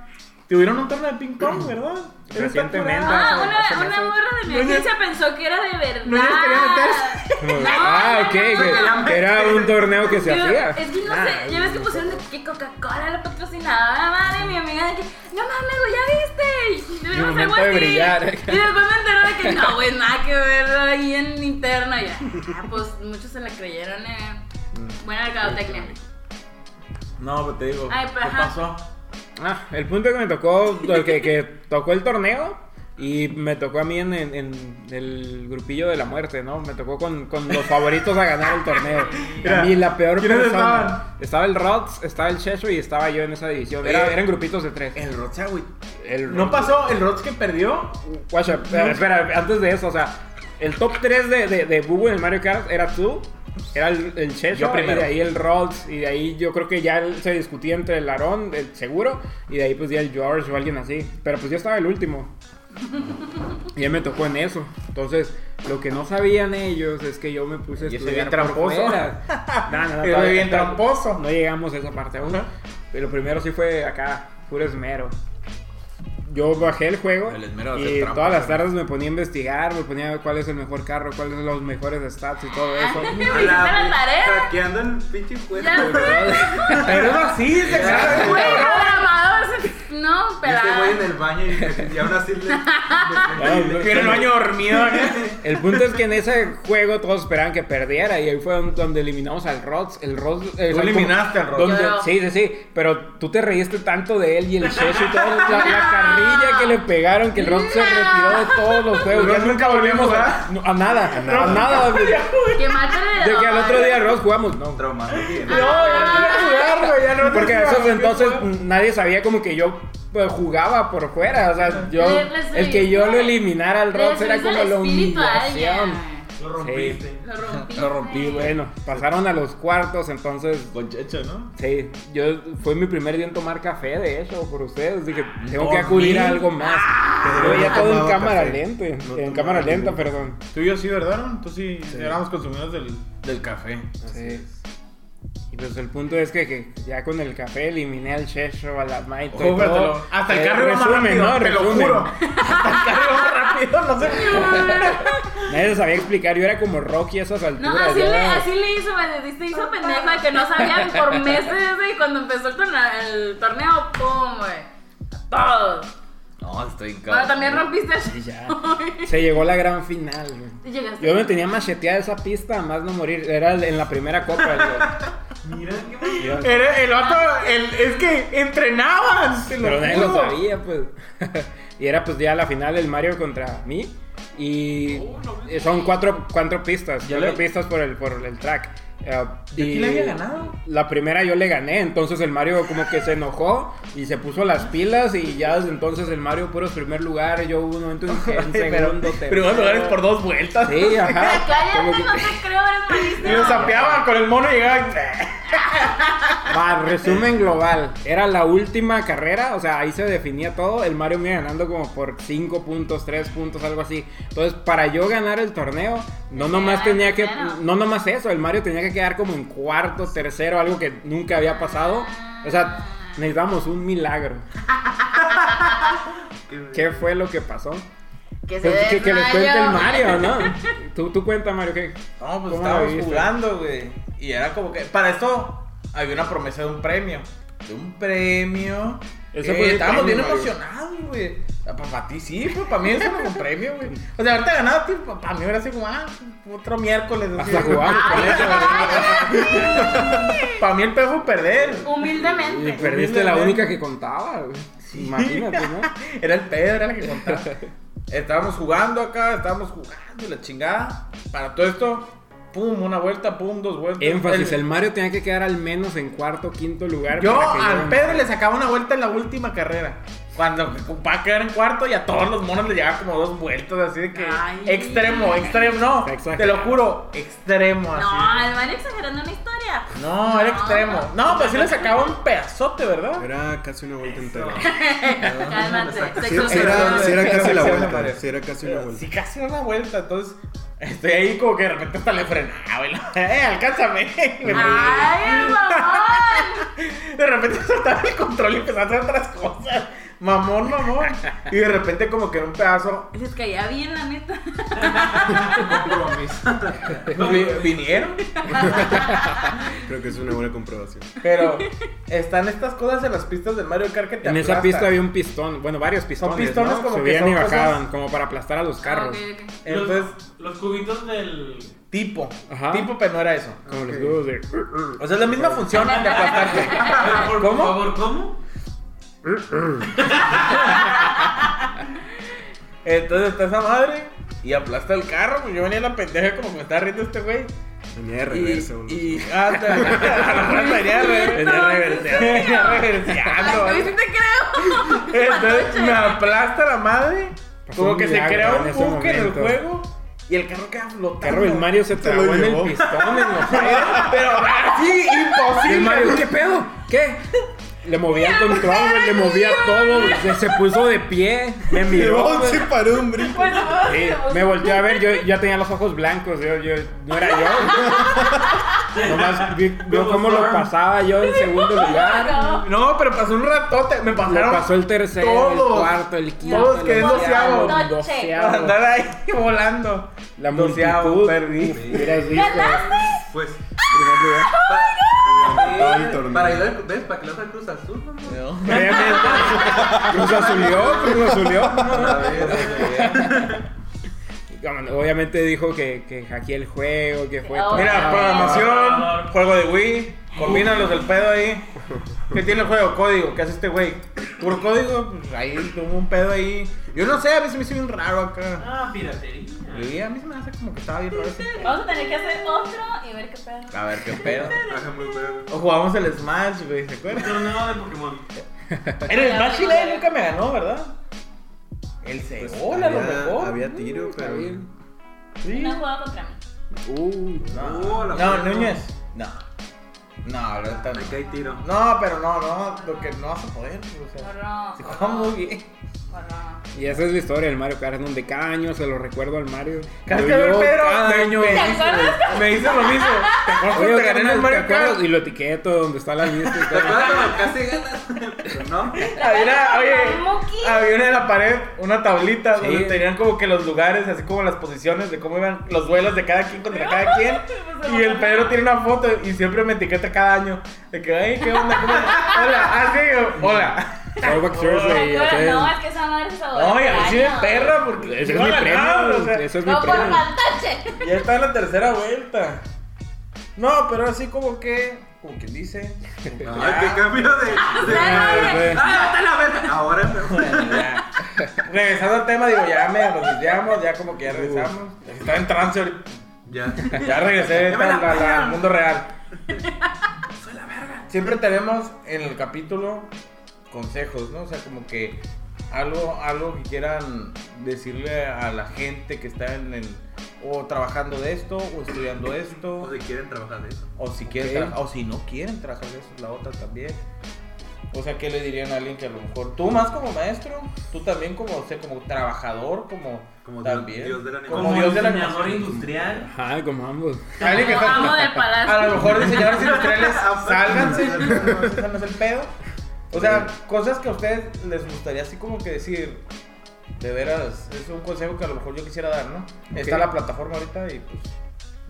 A: Tuvieron un torneo de *clears throat* ping-pong, ¿verdad? Eso está
E: Recientemente.
A: curado.
B: Ah,
E: hace- hace
B: una, una
E: meses.
B: morra de mi
A: No, yo-
B: agencia pensó que era de verdad.
A: No, yo no quería meterse.
B: No,
E: *laughs* ah,
B: no,
E: ok,
B: no,
E: que-
B: no.
E: que era un torneo que se
B: Pero
E: hacía.
B: Es que no
E: Ah,
B: sé, ya ves que pusieron de que Coca-Cola la patrocinaba, madre, mi amiga de que, no mames, güey, ya viste. Y,
E: Mi
B: debemos
E: momento
B: algo
E: de
B: así.
E: brillar.
B: y después me enteró de que no, güey, nada que ver ahí en interno. Y ya, ah, pues muchos se la creyeron, eh.
E: Mm.
B: Buena mercadotecnia.
A: No, pero te digo,
B: Ay, pero
A: ¿qué
B: ajá.
A: pasó?
E: Ah, el punto que me tocó, el que, que tocó el torneo y me tocó a mí en, en- en el grupillo de la muerte, ¿no? Me tocó con, con los favoritos a ganar el torneo.
A: *laughs* Mira,
E: a mí la peor
A: ¿quiénes
E: persona.
A: estaban?
E: Estaba el Rods, estaba el Checho y estaba yo en esa división. Era-
A: Oye,
E: eran grupitos de tres.
A: El Rocha, güey.
E: El
A: ¿No
E: Rods-
A: pasó el Rocha que perdió?
E: Guacha, espera, espera, antes de eso, o sea, el top 3 de, de, de Bubu en el Mario Kart era tú, era el, el Checho,
A: Yo primero.
E: y de ahí el Rolls, y de ahí yo creo que ya el- se discutía entre el Aarón, el seguro, y de ahí pues ya el George o alguien así. Pero pues yo estaba el
A: *laughs*
E: último. Y él me tocó en eso. Entonces, lo que no sabían ellos es que yo me puse a
A: Yo soy
E: estudiar
A: bien tramposo. *laughs*
E: por fuera. No, no, no,
A: Yo soy
E: todavía-
A: bien
E: todavía-
A: tramposo.
E: No llegamos a esa parte aún. Pero primero sí fue acá, puro esmero. Yo bajé el juego
A: El esmero de
E: y
A: hacer trampa,
E: todas las
A: ¿no?
E: tardes me ponía a investigar, me ponía a ver cuál es el mejor carro, cuáles son los mejores stats y todo eso.
B: Ah, *laughs* Me hiciste la
E: *laughs*
B: tarea.
F: Hackeando el pinche cuerpo.
B: Ya
E: Pero no así, se
F: Ya,
A: *laughs*
B: Güey,
F: güey.
B: programador. se- No,
F: Y este güey en
B: pero.
F: el baño y, y aún así le. le-
E: Pero el baño
A: *laughs* dormido,
E: El punto es que en ese juego todos esperaban que perdiera y ahí fue don- donde eliminamos al Rods. El Rods. eh,
A: Tú
E: o sea,
A: eliminaste al Rods.
E: donde-
B: Yo.
E: sí, sí, sí. Pero tú te reíste tanto de él y el Checho y toda la, la carrilla que le pegaron que el Rods se
B: No.
E: retiró de todos los juegos.
A: Rods nunca volvimos
E: a, no, a nada. A nada.
B: Que mate
E: De que al otro día Rods jugamos. No.
F: Traumando bien.
E: Porque a esos entonces nadie sabía como que yo pues, jugaba por fuera. O sea, yo.
B: Le- les
E: El que yo lo
B: subiste-
E: eliminara al Rods era como la
A: *laughs*
E: humillación.
D: Lo rompiste.
B: Lo rompí.
A: Lo rompí,
E: Y bueno, pasaron a los cuartos, entonces,
A: Con Checho, ¿no?
E: sí, yo fue mi primer día en tomar café, de hecho, por ustedes, dije, tengo que
A: ¿Por mí?
E: acudir a algo más. Pero
C: no
E: ya todo en
C: tomaba
E: cámara
C: Ah, café.
E: lenta,
C: No
E: en
C: tomaba
E: cámara
C: café.
E: lenta, perdón.
A: Tú y yo sí, ¿verdad? Aaron? Tú sí, éramos consumidores del, del café.
E: Sí. Y pues el punto es que, que ya con el café eliminé al Checho, a la Maito y
A: Júgatelo.
E: todo.
A: Hasta el
E: Eh,
A: carro iba más
E: resumen,
A: rápido,
E: ¿no?
A: te lo
E: Resumen.
A: juro. Hasta el carro iba más rápido, no sé.
E: *laughs* Nadie se sabía explicar, yo era como Rocky a esas
B: No,
E: alturas.
B: así
E: yo
B: le,
E: era-
B: así le hizo, me se hizo pendejo de que no sabía por meses güey, y cuando empezó el, torna- el torneo, ¡pum, güey! A todos.
A: No, estoy en
B: Bueno, también rompiste
E: Y
B: el
E: ya. Se llegó la gran final, güey.
B: *laughs* Y Llegaste.
E: Yo me tenía macheteada esa pista, a más no morir. Era el- en la primera copa.
D: Mira, qué mal.
E: yo- yo-
A: Era el vato, el, es que entrenaban. te lo
E: pero nadie lo
A: juro.
E: sabía, pues. *laughs* y era pues ya la final el Mario contra mí. Y eh, son cuatro, cuatro pistas.
A: Ya
E: cuatro
A: le-
E: pistas por el, por el track. Eh,
A: ¿Y quién le había ganado?
E: La primera yo le gané, entonces el Mario como que se enojó y se puso
A: Ah,
E: las pilas y ya desde entonces el Mario puros primer lugar, yo hubo un
A: *laughs*
E: momento en que en segundo, tercero.
A: Primeros lugares por dos vueltas.
B: *laughs*
E: Sí, ajá. Como
B: Cállate,
E: que-
B: no te creo, eres malísimo.
A: Y lo sapeaban con el mono y "Eh". llegaban.
E: Va, resumen global. Era la última carrera, o sea, ahí se definía todo. El Mario me iba ganando como por 5 puntos, 3 puntos, algo así. Entonces, para yo ganar el torneo, no nomás tenía que. No nomás eso, el Mario tenía que quedar como en cuarto, tercero, algo que nunca había pasado. O sea, necesitamos
B: *laughs*
E: un milagro. ¿Qué fue lo que pasó?
B: Que se
E: Pues, Que, que les cuente el
B: desmayó.
E: Mario, ¿no? Tú, tú cuenta,
B: *laughs*
E: Mario, ¿qué?
A: No, pues
E: ¿Cómo la
A: estábamos
E: viste?
A: jugando, güey. Y era como que. Para esto había una promesa de un premio. De un premio.
E: Ese
A: Eh,
E: fue el
A: estábamos
E: premio,
A: bien
E: Mario.
A: emocionados, güey. Para ti sí, pues para mí eso no fue un premio, güey. O sea, ahorita ganado, tipo, para mí hubiera sido como, ah, otro miércoles. así.
E: Hasta jugamos *laughs* con
A: *laughs*
E: eso, *laughs*
A: Para mí el peor fue perder.
E: Y
B: Humildemente.
E: perdiste la única que contaba, güey. Imagínate, ¿no?
A: Era el pedo, era la que
E: *laughs*
A: contaba. Estábamos jugando acá, estábamos jugando y la chingada. Para todo esto, pum, una vuelta, pum, dos vueltas.
E: Énfasis,
A: El-
E: el Mario tenía que quedar al menos en cuarto, quinto lugar.
A: Yo
E: para que
A: al
E: yo-
A: Pedro le sacaba una vuelta en la última carrera. Cuando va a quedar en cuarto y a todos los monos le llegaba como dos vueltas así de que
B: Ay.
A: extremo, extremo, no,
E: Exacto.
A: te lo juro, extremo así.
B: No, el Mario exagerando una historia.
A: No, era extremo. No, pero sí le sacaba un pedazote, ¿verdad?
C: Era casi una vuelta entera.
B: Cálmate.
C: Sí,
B: sexo
C: sí era,
B: seguro.
C: sí era casi la
A: Sexo
C: vuelta.
A: seguro.
C: Sí, era casi una vuelta.
A: Sí, casi era una vuelta, entonces estoy ahí como que de repente hasta le frenaba, y la- *laughs* eh, alcánzame. Y me
E: Ah. *laughs*
B: Ay, mamón.
A: *laughs* De repente soltaba el control y empezaba a hacer otras cosas. mamón, mamón. Y de repente como que en un pedazo
E: *laughs*
B: Les caía bien, la neta.
D: Compromiso.
A: vi- vinieron.
C: Creo que es una buena comprobación.
A: Pero están estas cosas en las pistas del Mario Kart que te
E: En esa
A: aplastan.
E: pista había un pistón, bueno, varios pistones.
A: pistones
E: ¿no?
A: como que
E: Subían
A: son
E: y bajaban,
A: cosas-
E: como para aplastar a los carros.
B: Ah, ok, ok.
A: Entonces,
D: los, los cubitos del.
A: *laughs* tipo.
E: Ajá.
A: Tipo, pero no era eso.
E: Como los juegos de.
A: O sea, es la misma función de
E: *laughs*
A: aplastarte.
D: Por
A: ¿Cómo?
D: favor, ¿cómo?
A: Entonces está esa madre y aplasta el carro. Pues yo venía a la pendeja como que me estaba riendo este güey.
C: Venía de
A: Y,
C: reversa, boludo.
A: y hasta *laughs* venía re- venía reverse- venía
E: Ah,
A: reverseando.
E: eh.
B: Ay, sí te
E: *laughs*
B: creo.
A: Entonces me aplasta la madre.
E: Pasó
A: Como
E: un
A: que se
E: milagro
A: crea
E: en
A: un
E: ese
A: buque en el
E: momento.
A: juego y el carro queda flotando.
E: Carro del Mario se
C: lo
E: trabó en el
C: llevó.
A: *laughs*
E: pistón en los
A: Pero así,
E: Y el
A: imposible.
E: Mario, ¿qué pedo? ¿Qué? Le movía el control, güey, le movía todo, se, se puso de pie, me miró.
C: Llegó,
E: güey.
C: se paró un brinco.
B: Bueno,
E: Sí, me volteó a ver, yo yo ya tenía los ojos blancos, yo, yo, no era yo.
A: *laughs*
E: Nomás vi, vio cómo lo pasaba yo
B: *laughs*
E: en segundo lugar.
A: No, pero pasó un ratote. Me
E: Lo
A: pasaron.
E: pasó el tercero,
A: Todos.
E: el cuarto, el quinto.
A: Todos
E: el
A: quedé doceavo.
E: el
A: Para
E: doceavo.
A: andar ahí *laughs* volando.
E: La
A: Doceavo,
E: multitud.
A: perdí.
E: Hubieras visto.
F: Pues.
C: Primer lugar. Todo el
F: Para,
C: torneo.
F: para ayudar al- ¿ves? Para que lo haga Cruz Azul, mamá.
E: Cruz azulió, cruz azulió.
F: A ver,
E: Obviamente dijo que, que hackeé el juego, que fue.
B: Mira,
E: todo.
A: Mira, programación, juego de Wii, combínalos del pedo ahí. ¿Qué tiene el juego? Código, ¿qué hace este güey? Puro código, pues ahí tuvo un pedo ahí. Yo no sé, a mí se me hizo bien raro acá.
D: Ah, piratería.
A: Y a mí se me hace como que estaba bien raro ese pedo.
B: Vamos a tener que hacer otro y ver qué pedo.
A: A ver qué pedo.
F: Ajá, muy bueno.
A: O jugamos el Smash, güey, ¿se
D: Un
A: acuerdan?
D: torneo de Pokémon.
A: En el Smash Chile nunca me ganó, ¿verdad? Pues, El Seola, a lo
C: Había-
A: mejor.
C: Había tiro, pero.
A: Sí.
B: No jugaba contra mí.
E: Uy,
A: No,
F: Uh,
A: no
F: la mierda.
A: Núñez. No. No, ahorita no.
F: Aquí hay tiro.
A: No, pero no, no, porque no vas a poder. O sea,
B: Horror.
A: se juega muy bien.
B: Horror.
E: Y esa es la historia del Mario Kart, donde cada año se lo recuerdo al Mario.
A: Cada
E: Yo-
A: que ver,
E: yo
A: pero
E: cada
A: me-
E: año-
A: me-
B: ¿Te acuerdas?
A: Me hizo lo mismo. ¿Te acuerdas
E: Oye,
A: cuando te gané en el
E: carnal, ¿te
A: Mario
E: acuerdas?
A: Kart?
E: Y lo etiqueto donde está la lista y
F: ¿Te
E: todo.
F: acuerdas cuando casi ganas? Pero no.
A: Había una,
B: Monkey.
A: oye, había una en la pared, una tablita
E: Sí.
A: donde tenían como que los lugares, así como las posiciones de cómo iban los duelos de cada quien contra cada quien. Y el Pedro tiene una foto y siempre me etiqueta cada año. De que, ay, ¿qué onda? ¿Cómo- Hola, ah, sí, yo, hola.
B: *laughs*
E: Starbucks Thursday,
B: ¿Te
E: ya
B: acuerdas?
E: sé.
B: No, es que esa madre se volvió.
A: Oye, así de perra, porque.
E: Ese es
A: no
E: mi
A: ganaba, o
E: premio,
A: sea,
E: eso es mi
B: No por
E: premio.
B: fantoche.
A: Ya está en la tercera vuelta. No, pero así como que. Como quien dice.
F: Ay, qué cambio de.
B: *laughs*
F: de-
B: Dale.
F: ¡Ah, vete a la verga! Ahora no.
A: Ya. Regresando al tema, digo, ya me reconciliamos, ya como que ya regresamos. Estaba en trance ahorita.
F: Ya.
A: Ya regresé
F: Ya me la
A: al- al- al
F: pelan.
A: mundo real. Siempre tenemos en el capítulo consejos, ¿no? O sea, como que algo, algo que quieran decirle a la gente que está en, en- o trabajando de esto, o estudiando esto,
F: O si quieren trabajar de eso.
A: o si quieren
E: Ok.
A: trabajar- o si no quieren trabajar de eso, es la otra también. O sea, ¿qué le dirían a alguien que a lo mejor tú más como maestro, tú también como, o sea, como trabajador, como,
F: Como Dios-
A: también
F: Dios de la animación.
A: como Dios de la
D: diseñador
A: animación.
D: industrial.
E: Ajá, como ambos.
A: Alguien que está-
B: Amo del
A: a lo
B: palacio.
A: mejor diseñadores
F: *laughs*
A: industriales, sálganse. No, ese no es el pedo. O sea, cosas que a ustedes les gustaría así como que decir. De veras, es un consejo que a lo mejor yo quisiera dar, ¿no? Está la plataforma ahorita y pues.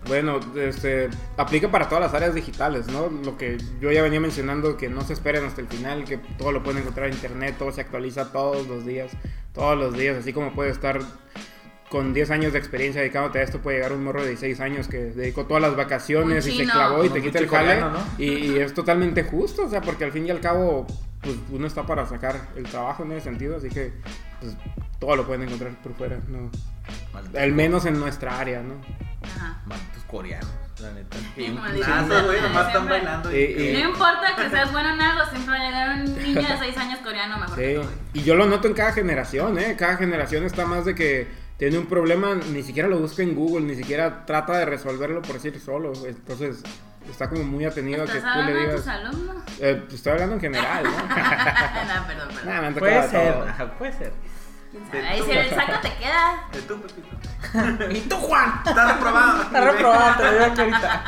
E: Bueno, este, aplica para todas las áreas digitales, ¿no? Lo que yo ya venía mencionando, que no se esperen hasta el final, que todo lo pueden encontrar en internet, todo se actualiza todos los días, todos los días, así como puede estar con 10 años de experiencia dedicándote a esto, puede llegar un morro de 16 años que dedicó todas las vacaciones
B: Un
E: y se
B: chino.
E: clavó y
A: Como
E: te
A: un
E: quita el
A: chico
E: jale.
A: coreano, ¿no?
E: Y, y es totalmente justo, o sea, porque al fin y al cabo, pues uno está para sacar el trabajo en ese sentido, así que pues, todo lo pueden encontrar por fuera, ¿no? Al menos en nuestra área, ¿no?
B: Ajá.
A: Malditos coreanos, la neta.
F: Nada, esos güey nomás están bailando.
E: Y-
F: Y,
E: y-
B: No importa que seas bueno en algo, siempre va a llegar un niño de 6 años coreano mejor que
E: Sí,
B: tú. güey.
E: y yo lo noto en cada generación, ¿eh? Cada generación está más de que tiene un problema, ni siquiera lo busca en Google, ni siquiera trata de resolverlo por sí solo. güey. Entonces, está como muy atenido a que
B: ¿Estás
E: tú le
B: hablando de tus
E: digas.
B: alumnos?
E: Eh, pues, estoy hablando en general, ¿no? *laughs*
B: no, perdón, perdón.
E: Nah, me han
A: Puede
E: tocado
A: ser,
E: todo.
A: ajá, puede ser.
B: ¿Quién sabe? Ahí si en el saco te queda.
F: De tú, Pepito.
A: ¿Y tú, Juan? *laughs*
F: Estás reprobado.
A: Está reprobado, te lo digo aquí ahorita.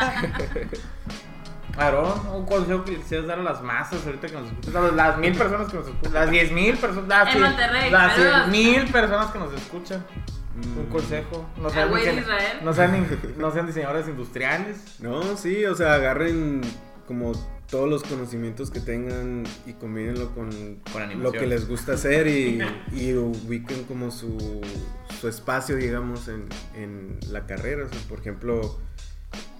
A: Aarón, un consejo que le quisieras dar a las masas ahorita que nos escuchan, a las mil personas que nos escuchan, las diez mil personas, las,
B: En
A: cien-
B: Monterrey,
A: las
B: saludos.
A: cien mil personas que nos escuchan. Un consejo. No sean,
B: güey de
A: dise-
B: Israel.
A: *laughs* no sean in- no sean diseñadores industriales.
C: No, sí, o sea, agarren como todos los conocimientos que tengan y combínenlo con
A: Con animación.
C: lo que les gusta hacer y, y ubiquen como su, su espacio, digamos, en, en la carrera. O sea, por ejemplo,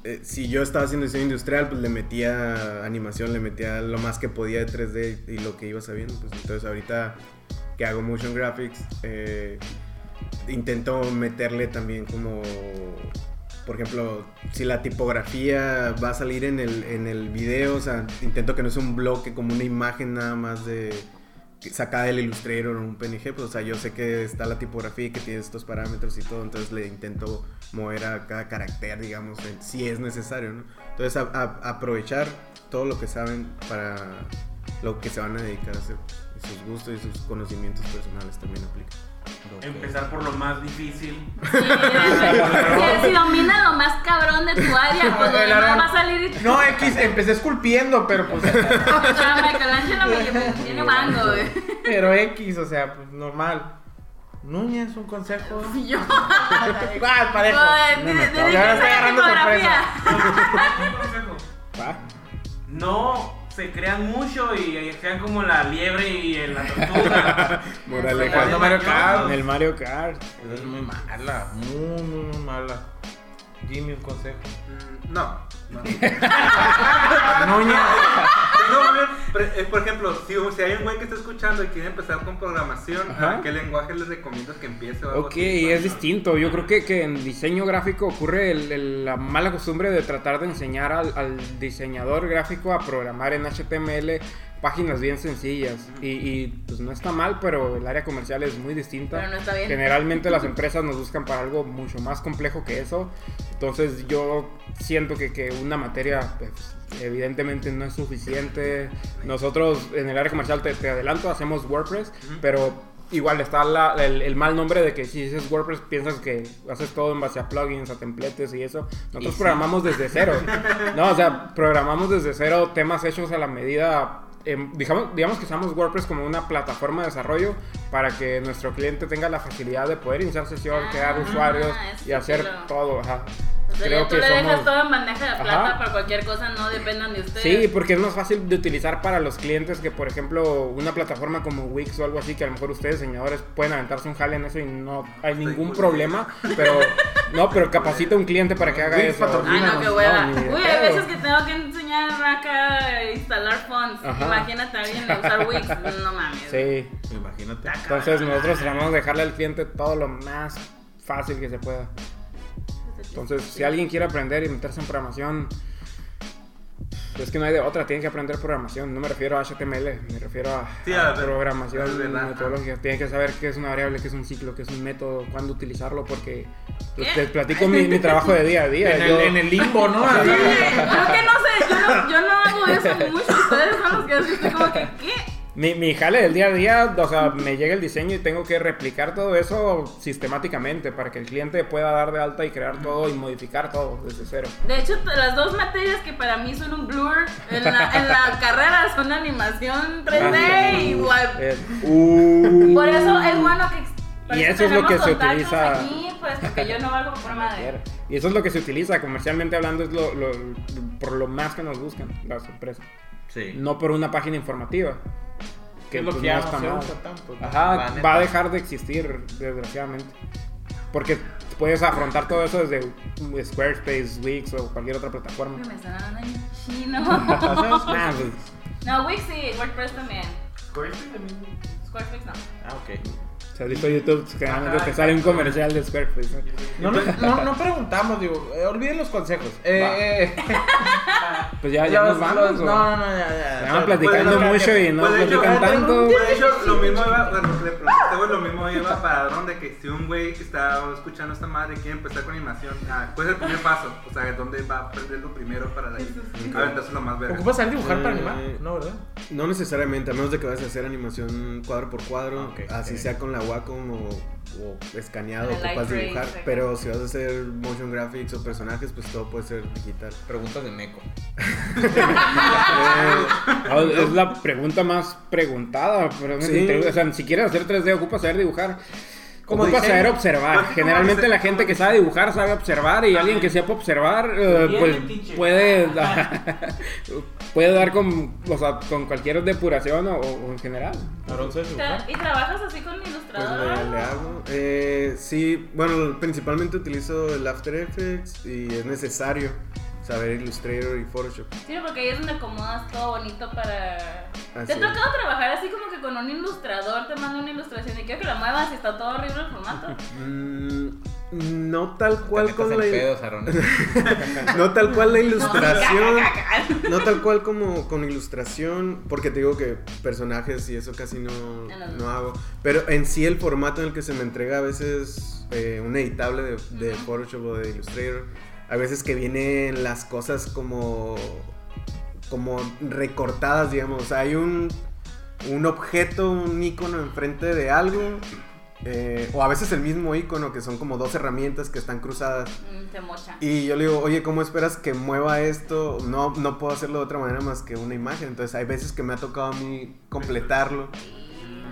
C: eh, si yo estaba haciendo diseño industrial, pues le metía animación, le metía lo más que podía de 3D y lo que iba sabiendo. Pues entonces ahorita que hago motion graphics, eh, intento meterle también como, por ejemplo, si la tipografía va a salir en el, en el video, o sea, intento que no sea un bloque como una imagen nada más de que- sacada del Illustrator o un PNG, pues o sea, yo sé que está la tipografía y que tiene estos parámetros y todo, entonces le intento mover a cada carácter, digamos, en- si es necesario, ¿no? Entonces a- a- aprovechar todo lo que saben para lo que se van a dedicar a hacer, y sus gustos y sus conocimientos personales también aplican.
D: Empezar por lo más difícil.
B: Sí, si, si domina lo más cabrón de tu área, pues lo
A: El
B: demás
A: Aarón.
B: va a salir
A: *laughs*
B: y
A: No, X, empecé esculpiendo, pero pues.
B: O sea, Michelangelo me "Pues, llevó- tiene mango, *laughs* güey.
A: Pero X, o sea, pues normal. Núñez, un consejo.
B: Y yo.
A: Ah, parejo.
B: Ay,
A: No,
B: de-
A: no,
B: de-
A: no,
B: de-
A: ya
B: de-
A: estoy agarrando sorpresa.
B: tipografía.
D: Un consejo. No se crean mucho y eh, sean como la liebre y eh,
A: *laughs*
D: la tortuga.
C: Moraleja.
A: Cuando Mario
E: En
A: Kart.
E: el Mario Kart.
A: Esa Es muy mala, muy, muy, muy mala. Jimmy, un consejo.
F: Mm, No. no.
A: Núñez.
F: No, güey, pre- eh, por ejemplo, si, si hay un güey que está escuchando y quiere empezar con programación,
E: Ajá.
F: ¿a qué lenguaje le recomiendas que empiece? o algo
E: Ok,
F: así?
E: es distinto. Yo creo que, que en diseño gráfico ocurre el- el- la mala costumbre de tratar de enseñar al, al diseñador gráfico a programar en HTML páginas bien sencillas. Y, y, pues no está mal, pero el área comercial es muy distinta.
B: Pero no está bien.
E: Generalmente las empresas nos buscan para algo mucho más complejo que eso. Entonces yo siento que, que una materia pues, evidentemente no es suficiente. Nosotros en el área comercial te, te adelanto, hacemos WordPress, pero igual está la- el, el mal nombre de que si dices WordPress piensas que haces todo en base a plugins, a templates y eso. Nosotros programamos
B: *laughs*
E: desde cero. No, o sea, programamos desde cero temas hechos a la medida em, digamos, digamos que usamos WordPress como una plataforma de desarrollo para que nuestro cliente tenga la facilidad de poder iniciar sesión,
B: Ah,
E: crear usuarios
B: ese
E: y hacer
B: estilo.
E: todo. Ajá.
B: O sea, ya tú le dejas todo en bandeja de plata
E: Ajá.
B: para cualquier cosa, no dependan de ustedes.
E: Sí, porque es más fácil de utilizar para los clientes que, por ejemplo, una plataforma como Wix o algo así, que a lo mejor ustedes, señores, pueden aventarse un jale en eso y no hay ningún
F: culero.
E: problema, pero no, pero capacita a un cliente para que haga
A: Ah, Wix
E: eso.
A: patrocina.
B: Ay, Ah, no, qué hueva.
E: No, ni de
B: Uy, hay
E: pedo.
B: veces que tengo que enseñar acá a instalar fonts.
E: Ajá.
B: Imagínate a alguien usar Wix. No mames.
E: Sí,
F: Pues,
A: Imagínate.
E: entonces nosotros tratamos de dejarle al cliente todo lo más fácil que se pueda. Entonces, si alguien quiere aprender y meterse en programación, pues es que no hay de otra, tienen que aprender programación. No me refiero a HTML, me refiero a,
F: Sí,
E: a
F: a ver, es
E: programación
F: verdad.
E: metodológica. Tienen que saber qué es una variable, qué es un ciclo, qué es un método, cuándo utilizarlo, porque pues,
B: ¿Qué?
E: les platico mi, mi trabajo de día a día.
A: En el,
E: Yo-
A: en el limbo, ¿no?
B: Sí, yo que no sé, yo
E: *laughs*
B: no, yo no hago eso mucho. Ustedes son los que así estoy como que, ¿qué?
E: mi, mi jale del día a día, o sea, me llega el diseño y tengo que replicar todo eso sistemáticamente para que el cliente pueda dar de alta y crear todo y modificar todo desde cero.
B: De hecho, t- las dos materias que para mí son un blur en la, en
E: *laughs*
B: la carrera son animación
E: Ah,
B: 3D y web.
E: Eh,
B: Por eso es bueno que. ex- por
E: Y eso es lo
B: tenemos
E: que se
B: contactos
E: utiliza.
B: Aquí, pues, porque yo no valgo por una madre.
E: Y eso es lo que se utiliza comercialmente hablando, es lo, lo- por lo más que nos buscan las empresas.
A: Sí.
E: No por una página informativa.
A: Que es lo
E: pues,
A: que
E: no
A: ya
E: está
A: no se
E: mal.
A: usa tanto. ¿no? La
E: Ajá,
A: neta.
E: va a dejar de existir, desgraciadamente. Porque puedes afrontar todo eso desde Squarespace, Wix o cualquier otra plataforma.
B: Me están hablando en chino.
E: *laughs* Ah, pues,
B: No, Wix y WordPress también.
D: Squarespace también.
B: Squarespace no.
A: Ah, ok.
E: si has visto YouTube, pues, generalmente te sale un comercial de Squarespace. ¿no?
A: No, no, no, no preguntamos, digo, eh, olviden los consejos.
E: Va.
A: Eh, eh,
E: Pues ya, ya
A: los-
E: nos vamos.
A: los-
E: ¿o?
A: no, no, no, ya, ya.
E: Ya van platicando
F: Pues, no,
E: mucho y no
F: pues, de hecho,
E: platican
F: ya tengo
E: tanto.
F: De hecho, lo mismo iba, bueno, le pregunté, güey, lo mismo iba para Adrón de que si un güey que está escuchando esta madre quiere empezar con animación, ah, ¿cuál es el primer paso? O sea, ¿dónde va a aprender lo primero para de ahí aventarse lo más verga?
A: ¿Ocupas saber dibujar para
C: Eh,
A: animar? No, ¿verdad?
C: No necesariamente, a menos de que vayas a hacer animación cuadro cuadro por cuadro,
A: Ah, ok,
C: así
A: ok.
C: sea con la Wacom o, o escaneado,
B: En el
C: ocupas
B: Lightrate,
C: dibujar.
B: acá.
C: Pero si vas a hacer motion graphics o personajes, pues todo puede ser digital.
A: Preguntas de Meco.
C: Eh,
E: Ah, Es la pregunta más preguntada. pero me
C: Sí.
E: intriga. O sea, si quieres hacer 3D, ocupa saber dibujar.
A: Como
E: ocupa
A: diseño.
E: saber
F: Pues
E: observar.
F: sí,
E: Generalmente
F: como
E: la
F: diseño,
E: gente
F: como
E: que sabe dibujar sabe observar y alguien que sepa observar eh,
D: Bien,
E: pues,
D: teacher.
A: Ah.
E: *laughs* puede, puede dar con, o sea, con cualquier depuración o, o en general.
A: Aarón se dibujar.
B: Tra- ¿Y trabajas así con
C: Pues
B: ilustrador?
C: le, le hago. Eh, sí, bueno, principalmente utilizo el After Effects y es necesario saber Illustrator y Photoshop.
B: Sí, porque ahí es donde acomodas todo bonito para...
C: Así
B: ¿Te ha
C: es.
B: tocado trabajar así como que con un ilustrador? Te manda una ilustración y quiero que la muevas y está todo horrible el formato.
C: Mm, no tal cual
A: Te metas
C: con la
A: en pedos, Aarón. *laughs*
C: no tal cual la
B: *laughs*
C: ilustración.
B: No, ca, ca, ca, ca.
C: No tal cual como con ilustración, porque te digo que personajes y eso casi no,
B: Ya no.
C: no hago. Pero en sí el formato en el que se me entrega a veces eh, un editable de, de
B: Ujú.
C: Photoshop o de Illustrator, a veces que vienen las cosas como, como recortadas, digamos. O sea, hay un, un objeto, un icono enfrente de algo. eh, o a veces el mismo icono que son como dos herramientas que están cruzadas
B: Mm, Te mocha.
C: y yo le digo, oye, ¿cómo esperas que mueva esto? No, no puedo hacerlo de otra manera más que una imagen. Entonces hay veces que me ha tocado a mí completarlo.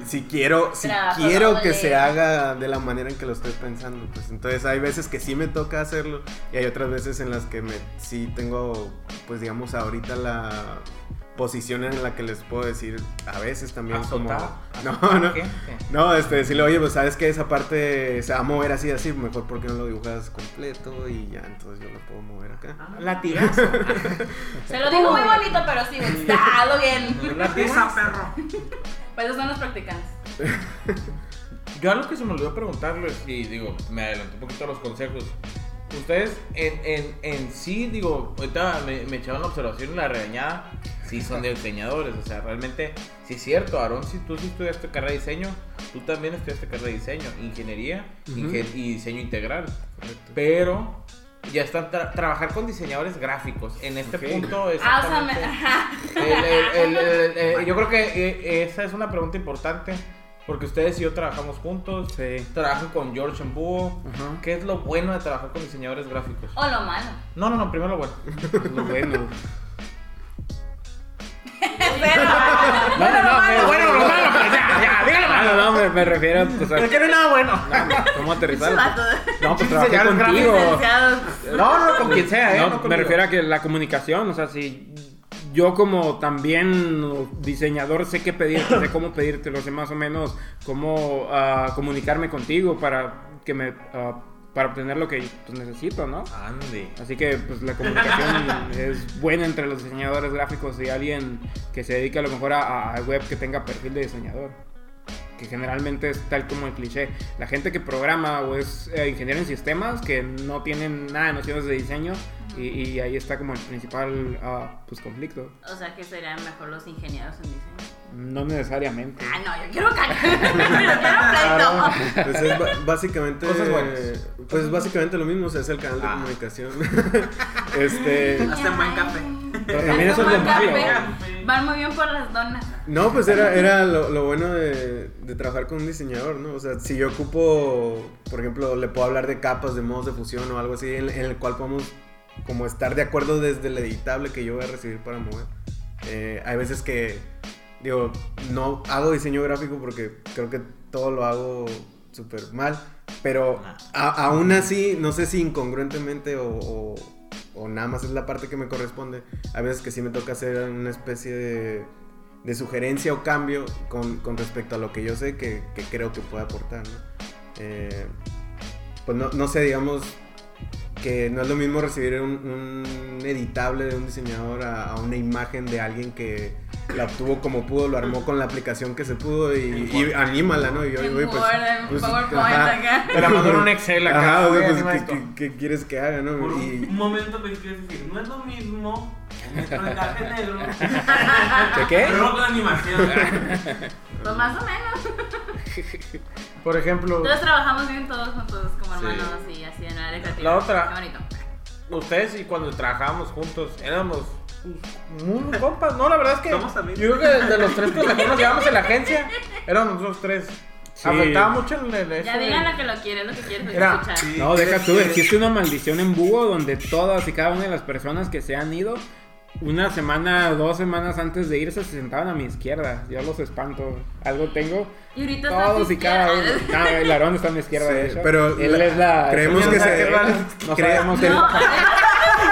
C: Si quiero, si
B: Trabajo
C: quiero que
B: doble.
C: se haga de la manera en que lo estoy pensando. Pues entonces hay veces que sí me toca hacerlo. Y hay otras veces en las que me sí tengo, pues digamos, ahorita la posición en la que les puedo decir a veces también
A: ¿Azotado?
C: como *laughs* no no
A: ¿Qué?
C: no, este, decirle, oye, pues sabes que esa parte se va a mover así, así, mejor porque no lo dibujas completo y ya, entonces yo lo puedo mover
A: Ah.
C: acá.
A: Latigazo.
B: Se lo digo muy bonito, pero sí, güey, está algo bien.
F: Esa perro.
B: Pues esos son los practicantes.
A: Yo algo que se me olvidó preguntarles, y digo, me adelanté un poquito a los consejos. Ustedes en, en, en sí, digo, ahorita me, me echaron la observación y la regañada, sí son de diseñadores, o sea, realmente, sí es cierto, Aarón, si tú sí estudiaste carrera de diseño, tú también estudiaste carrera de diseño, ingeniería inge- y diseño integral, pero ya están tra- trabajar con diseñadores gráficos, en este
E: Ok.
A: punto
B: Ah, o sea, me-
A: exactamente-
B: ajá.
A: el- el- el- el- el- yo creo que eh, esa es una pregunta importante porque ustedes y yo trabajamos juntos.
E: Sí.
A: Trabajo con George Embuo.
E: Ajá.
A: ¿Qué es lo bueno de trabajar con diseñadores gráficos?
B: O lo malo.
A: No, no, no, primero lo *laughs* bueno.
E: Lo bueno.
B: Pero-
E: No, no, no, pero-
A: bueno, lo malo, pero ya, ya, dígalo
E: Ah,
A: malo.
E: no, no, me, me refiero pues, a
A: Pero que no hay nada bueno.
E: cómo
B: Su
E: aterrizar.
B: vato.
E: No, pues trabajé
A: Diseñadores
E: contigo.
B: Licenciados.
A: No, no, con quien sea, ¿eh?
E: No,
A: No
E: me
A: conmigo.
E: refiero a que la comunicación, o sea, si yo como también diseñador sé qué pedirte, sé cómo pedírtelo, sé más o menos cómo ah, comunicarme contigo para que me ah, para obtener lo que pues, necesito, ¿no?
A: Ande.
E: Así que pues la comunicación es buena entre los diseñadores gráficos y alguien que se dedica a lo mejor a, a web que tenga perfil de diseñador. Que generalmente es tal como el cliché. La gente que programa o es eh, ingeniero en sistemas que no tienen nada de nociones de diseño y, y ahí está como el principal ah, pues, conflicto.
B: O sea, que serían mejor los ingenieros en diseño.
E: No necesariamente.
B: Ah, no, yo quiero caca. Yo quiero pleito.
C: Pues es ba- básicamente.
A: Cosas buenas.
C: Pues básicamente lo mismo, o sea, es el canal de
A: Ah.
C: comunicación. *laughs* este.
F: Hasta en buen café.
E: Pero también eso es lo
B: Toman
E: malo.
B: café. Van muy bien por las donas.
C: No, pues era, era lo, lo bueno de, de trabajar con un diseñador, ¿no? O sea, si yo ocupo, por ejemplo, le puedo hablar de capas, de modos de fusión o algo así, en, en el cual podemos como estar de acuerdo desde el editable que yo voy a recibir para mover. Eh, hay veces que, digo, no hago diseño gráfico porque creo que todo lo hago súper mal, pero a- aún así, no sé si incongruentemente o, o- o nada más es la parte que me corresponde, a veces que sí me toca hacer una especie de de sugerencia o cambio con, con respecto a lo que yo sé que, que creo que puede aportar, ¿no? Eh, pues no, no sé, digamos que no es lo mismo recibir un, un editable de un diseñador a, a una imagen de alguien que la obtuvo como pudo, lo armó con la aplicación que se pudo y, y anímala, ¿no? Y yo
B: En
C: digo, "Oye, pues,
B: Word, en
C: pues,
B: PowerPoint
C: ajá,
B: acá.
A: Te la mandó en un Excel acá.
C: ajá, o sea,
A: Oye,
C: pues,
A: anima
C: ¿qué-
A: esto.
C: qué, qué quieres que haga,
D: Por
C: no?
D: un,
C: Y,
D: un momento que quieres decir, no es lo mismo un mensaje negro,
E: ¿De qué?
D: pero no con animación.
B: Pues más o menos.
A: Por ejemplo,
B: Entonces trabajamos bien todos juntos como
A: Sí.
B: hermanos y así en la área creativa.
A: La otra.
B: Qué bonito.
A: ustedes y cuando trabajábamos juntos éramos Pues, muy compas. No, la verdad es que.
F: Somos amigos.
A: Yo creo que de los tres que mejor nos llevamos en la agencia, éramos nosotros tres.
E: Sí.
A: Afectaba mucho el. el- eso
B: Ya
A: de-
B: digan lo que lo quieren, lo que quieren
A: Mira,
B: escuchar.
F: Sí,
E: No, deja
F: ¿quieres-
E: tú,
F: quieres-
E: existe una maldición en búho donde todas y cada una de las personas que se han ido, una semana, dos semanas antes de irse, se sentaban a mi izquierda. Yo los espanto. Algo tengo.
B: Y ahorita está
E: Todos y cada uno.
B: *laughs* asfixiada.
E: No, el Aarón está a mi izquierda,
C: Sí,
E: de hecho.
C: pero
E: Él
C: la-
E: es la.
C: creemos
E: él
C: que
E: es la-
C: se-
E: No
C: cre-
E: sabemos él-
B: No, *laughs*
E: *laughs*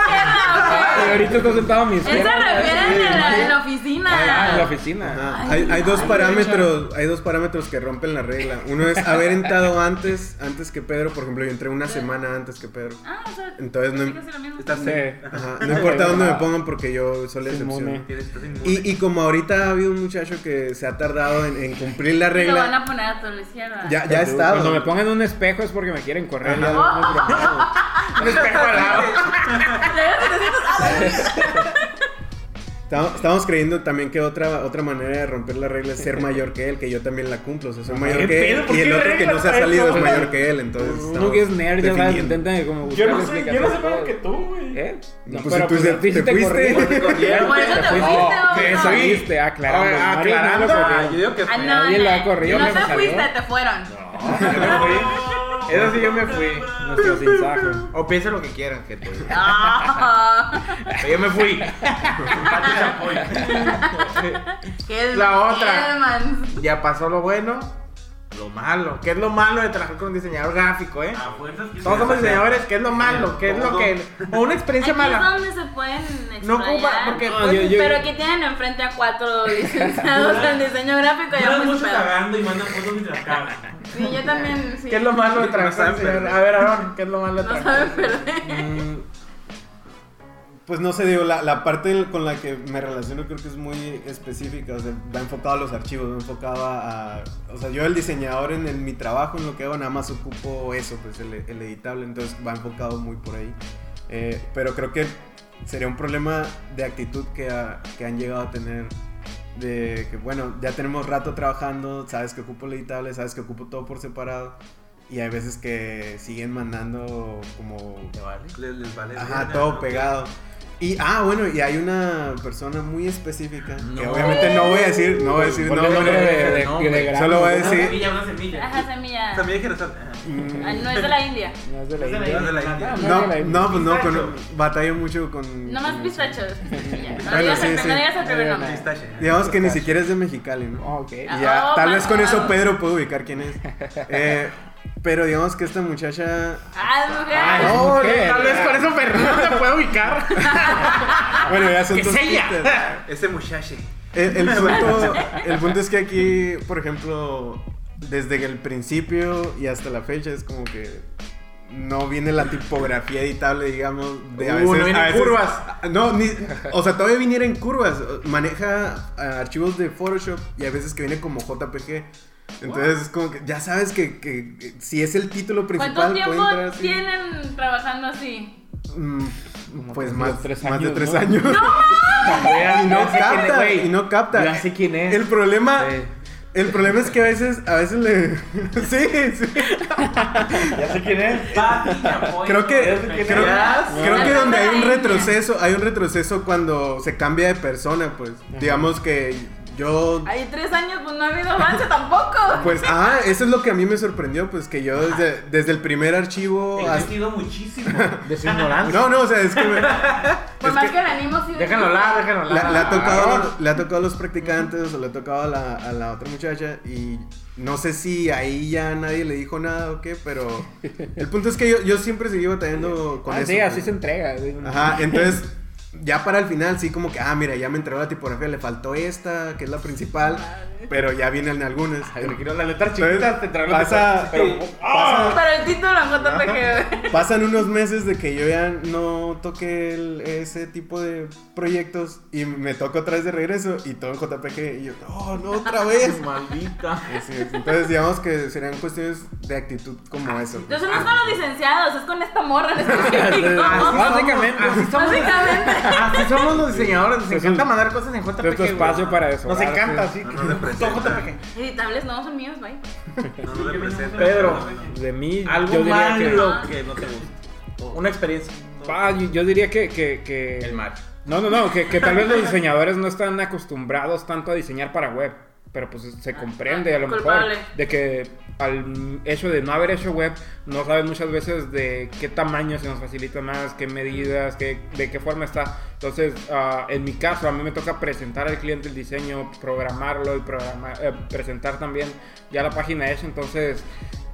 E: Y ahorita está sentado a mi
B: él se
E: izquierda.
B: refiere en la, en la
E: Ah, en la
B: oficina.
E: oficina.
C: Ajá.
B: Ay,
C: Hay, hay dos
B: ay,
C: parámetros, hay dos parámetros que rompen la regla. Uno es
B: *laughs*
C: haber entrado antes, antes que Pedro, por ejemplo, yo entré una semana antes que Pedro.
B: Ah, o sea,
C: Entonces no,
B: casi lo mismo.
F: Estás
E: Sí.
C: ajá, no importa dónde me pongan porque yo soy la
E: Simone.
C: excepción.
F: Tienes- estás inmune.
C: Y, y como ahorita ha habido un muchacho que se ha tardado en, en cumplir la
B: Y Lo van
C: regla,
B: a poner a tu izquierda. *laughs*
C: ya, ya ha
E: Cuando me
C: estado.
E: pongan un espejo es porque me quieren correr.
C: Ajá.
E: ya no es broma. Un espejo al lado.
C: Estamos, estamos creyendo también que otra, otra manera de romper la regla es
E: *laughs*
C: ser mayor que él, que yo también la cumplo. O sea, soy mayor
E: ¿Qué
C: que él
E: pedo? ¿Por
C: y
E: qué
C: el otro que no se ha
E: reglas
C: salido es
E: traes,
C: mayor que él. Entonces,
E: Uno
C: estamos
E: que es nerd, ya sabes,
C: definiendo.
E: intentan como buscar
G: Yo no sé, yo no sé
E: explicación.
G: más que tú, güey.
E: ¿Eh?
C: No, pues, entonces,
E: a ti sí
C: ¿te fuiste?
E: corrieron.
F: Te corrieron.
B: Por eso te fuiste,
E: No,
B: güey.
E: te saliste, aclarando.
A: A ver,
E: Mario no lo
A: aclarando.
E: corrió.
F: Ah, yo digo que
B: Ah,
F: fue.
B: no,
E: Nadie
B: no,
E: la corrió,
B: no
E: me
B: te
E: salió.
B: fuiste, te fueron.
F: Ah,
A: Eso *laughs* sí, yo me fui.
E: Nuestro sinsajo.
A: O piensen lo que quieran, gente.
B: Ah,
A: Yo me fui.
B: qué
A: La otra.
B: Hellmans.
A: Ya pasó lo bueno, lo malo. ¿Qué es lo malo de trabajar con un diseñador gráfico, eh?
D: A fuerzas que
A: Todos
D: se
A: somos
D: hace.
A: diseñadores, ¿qué es lo malo? ¿Qué es lo que.? O una
B: Aquí
A: experiencia
B: es
A: mala.
B: donde se pueden
A: No ocupa,
B: explayar.
A: porque- pues,
E: No, yo- yo-
B: Pero aquí tienen enfrente a
A: *laughs*
B: cuatro licenciados en diseño gráfico. Ya
D: Duran
B: muy
D: mucho
B: pedo.
D: cagando y mandan fotos mientras cagan.
B: Sí, yo también. Sí.
A: ¿Qué es lo malo de trabajar con un
F: saben
A: diseñador?
F: perder.
A: A ver, Aaron, ¿qué es lo malo de
B: No
A: trabajar?
B: saben perder.
C: Mm, Pues no sé, digo, la, la parte del- con la que me relaciono creo que es muy específica, o sea, va enfocado a los archivos, va enfocado a, a- o sea, yo el diseñador en, el- mi trabajo, en lo que hago, nada más ocupo eso, pues el, el editable, entonces va enfocado muy por ahí. Eh, pero creo que sería un problema de actitud que, ha- que han llegado a tener, de que bueno, ya tenemos rato trabajando, sabes que ocupo el editable, sabes que ocupo todo por separado, y hay veces que siguen mandando como
F: Les, les vale.
C: Ajá,
F: verga,
C: todo
F: ¿no?
C: pegado. Y, ah, bueno, y hay una persona muy específica que
A: No.
C: obviamente no voy a decir, no voy a decir, no,
E: Ponle
C: no,
E: nombre
C: no.
E: de- de-
A: no,
E: de
A: güey.
E: grano.
C: Solo voy a
D: Una
C: decir,
D: semilla, una semilla.
B: Ajá, semilla.
F: También hay que rezar.
C: mm,
B: Ah, No es de la India.
E: No es de la
D: Esa
E: India.
F: No es de la India.
E: Ah,
C: no,
E: es de la India.
C: no, pues no, con, batallo mucho con...
B: No más
C: con-
B: pistachos. pistachilla. No
C: Bueno,
B: digas
C: sí,
B: el
C: sí.
B: no digas el primer
E: Bueno,
B: nombre.
F: Pistache.
C: Digamos que ni siquiera es de Mexicali, ¿no?
E: Ah, ok.
B: Ah,
C: Y ya,
B: oh,
C: tal vez con eso
B: wow.
C: Pedro puede ubicar
E: *laughs*
C: quién es. Eh, pero digamos que esta muchacha...
B: Ah, es mujer.
E: Ah,
C: no,
A: No,
E: Mujer.
A: Oh, tal vez por eso Fernando te puede ubicar.
C: *laughs* Bueno, ya son
A: ¡Que
C: dos
A: es ella!
C: pistas.
F: Ese muchacho.
A: *laughs*
C: El, el punto, el punto es que aquí, por ejemplo, desde el principio y hasta la fecha es como que no viene la tipografía editable, digamos, de a
A: Uh,
C: veces,
A: no vienen
C: a veces- Ah,
A: curvas.
C: No, ni- o sea, todavía viniera en curvas. Maneja eh, archivos de Photoshop y a veces que viene como JPG. Entonces, es como que ya sabes que, que- que si es el título
B: ¿Cuánto
C: principal, puede
B: tiempo
C: entrar así.
B: tienen trabajando así?
C: Mm, pues
E: tres-
C: más,
E: tres
C: más de
E: años,
C: tres
E: ¿no?
C: *laughs* años.
A: Ya
C: y no
A: sé quién es,
C: capta,
A: güey.
C: y no capta.
A: Ya sé quién es.
C: El problema,
A: Sí.
C: el problema es que a veces, a veces le, *laughs* sí, sí.
A: Ya sé quién es.
D: Pati, Chapoy,
C: Creo que,
D: Chapoy,
C: creo,
D: Chapoy.
C: creo que donde hay un retroceso, hay un retroceso cuando se cambia de persona, pues, digamos que yo,
B: Hay tres años, pues no ha habido avance tampoco.
C: pues, ah, eso es lo que a mí me sorprendió, pues, que yo desde, desde el primer archivo,
D: He
C: hasta-
D: crecido muchísimo.
A: De su ignorancia.
C: no, no, o sea, es que, me-
B: Por
C: es
B: más
C: que-
B: que le animo, sí.
A: Déjenlo hablar, déjenlo hablar.
C: La- le, ha tocado, le ha tocado a los practicantes o le ha tocado a la, a la otra muchacha y no sé si ahí ya nadie le dijo nada o qué, pero
E: *laughs*
C: el punto es que yo, yo siempre seguí batallando con
E: Ah,
C: eso.
E: sí, así
C: pues.
E: se entrega. sí.
C: Ajá, entonces ya para el final sí como que, ah, mira, ya me entregó la tipografía, le faltó esta, que es la principal, pero ya vienen algunas.
A: Ay, me quiero las letras
C: Entonces,
A: chiquitas, te traigo las
C: pasa-
A: letras- pero-
C: sí,
A: ¡Ah!
B: Para el título en JPG.
C: Pasan unos meses de que yo ya no toqué el- ese tipo de proyectos y me toca otra vez de regreso y todo en JPG y yo, no, no,
A: *laughs*
C: otra vez.
A: Maldita.
C: Así es, Entonces digamos que serían cuestiones de actitud como eso. pues.
B: Entonces no es con los licenciados, es con esta morra en
E: *laughs*
B: específico.
E: *laughs* Básicamente.
A: Así somos,
B: Básicamente.
A: así Ah, somos los diseñadores. Nos
E: Es
A: encanta
E: un-
A: mandar cosas en JPG.
E: es tu espacio
A: güey.
E: para eso. Ah,
A: Nos encanta, así.
F: No, no le
A: que- Todo
F: presenta.
A: JPG.
B: Editables no son míos, bye.
F: No,
D: *laughs*
F: no le presento.
A: Pedro.
E: De mí,
A: Algo
E: yo diría que.
A: malo que... no te gusta. Una experiencia.
E: Ah, yo, yo diría que, que, que-
A: El mar.
E: No, no, no, que, que tal vez los diseñadores no están acostumbrados tanto a diseñar para web, pero pues se comprende a lo
B: Culpable.
E: mejor de que al hecho de no haber hecho web, no saben muchas veces de qué tamaño se nos facilita más, qué medidas, qué, de qué forma está. Entonces, ah, en mi caso, a mí me toca presentar al cliente el diseño, programarlo y programar, eh, presentar también ya la página hecha, entonces...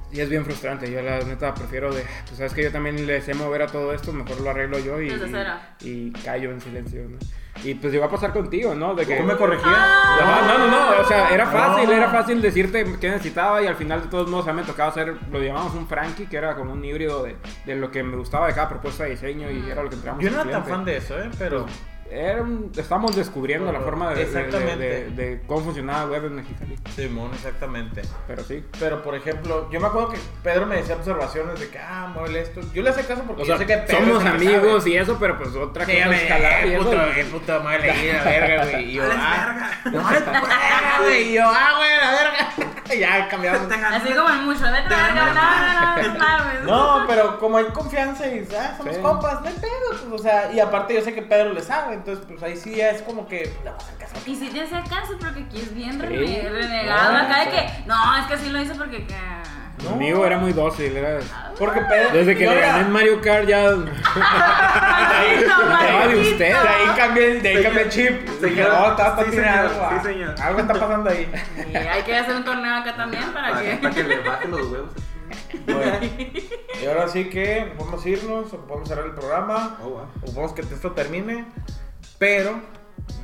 E: Y es bien frustrante, yo la neta prefiero de, pues sabes que yo también le sé mover a todo esto, mejor lo arreglo yo y,
B: Desde cero.
E: y callo en silencio, ¿no? Y pues iba a pasar contigo, ¿no? De que...
A: ¿Tú me Ah. corregías?
E: Ajá, no, no, no, o sea, era fácil, era fácil decirte qué necesitaba y al final de todos modos a mí me tocaba hacer, lo llamamos un Frankie, que era como un híbrido de, de lo que me gustaba de cada propuesta de diseño y era lo que entregamos
A: Yo
E: al
A: no era tan
E: cliente.
A: fan de eso, ¿eh? Pero...
E: Era un- estábamos descubriendo la forma de, de- de-
A: Exactamente.
E: de- de cómo funcionaba web en Mexicali,
A: Simón, exactamente.
E: pero sí.
A: Pero, por ejemplo, yo me acuerdo que Pedro me decía observaciones de que, ah, mueve esto. Yo le hacía caso porque
E: O sea,
A: yo sé que Pedro
E: somos
A: es el que
E: amigos
A: sabe.
E: y eso, pero pues otra
A: Sí,
E: cosa
A: ya
E: es
A: me
E: jalar y
A: eh,
E: eso,
A: puto,
E: pues,
A: eh, puto, madre, ahí, la verga, güey. Y
E: *laughs*
A: yo, ah, no, madre, puta verga, güey. Y yo, ah, güey, la verga. *laughs* Ya cambiamos.
D: Ah,
B: Así como en mucho, vete a la verga, no, no, no, mames.
A: No, pero como hay confianza y ah, somos
E: Sí.
A: compas, no hay pedo. pues, o sea, y aparte yo sé que Pedro le sabe, entonces pues ahí sí ya es como que la vas a casar.
B: Y si te hacía caso, porque aquí es bien rene-
E: Sí.
B: renegado.
E: No,
B: acá de
E: sí.
B: que, no, es que así lo hice porque. que-
E: mi amigo era muy dócil, era...
A: Porque Pedro.
E: Desde que
A: yo
E: le
A: era-
E: gané en Mario Kart ya...
B: Maldito,
E: hablaba de
B: maldito.
E: usted,
A: De ahí cambié el, de ahí
F: Señor-
A: cambié el chip.
F: señor,
A: Dije, no, está
F: sí,
A: pasando
F: señor,
A: algo. ah.
F: sí, señor.
A: Algo está pasando ahí.
B: Y hay que hacer un torneo acá también para
F: Para,
B: que.
F: para que le bajen los huevos.
A: Bueno, y ahora sí que vamos a irnos, o podemos cerrar el programa,
F: Oh, wow.
A: o vamos que esto termine, pero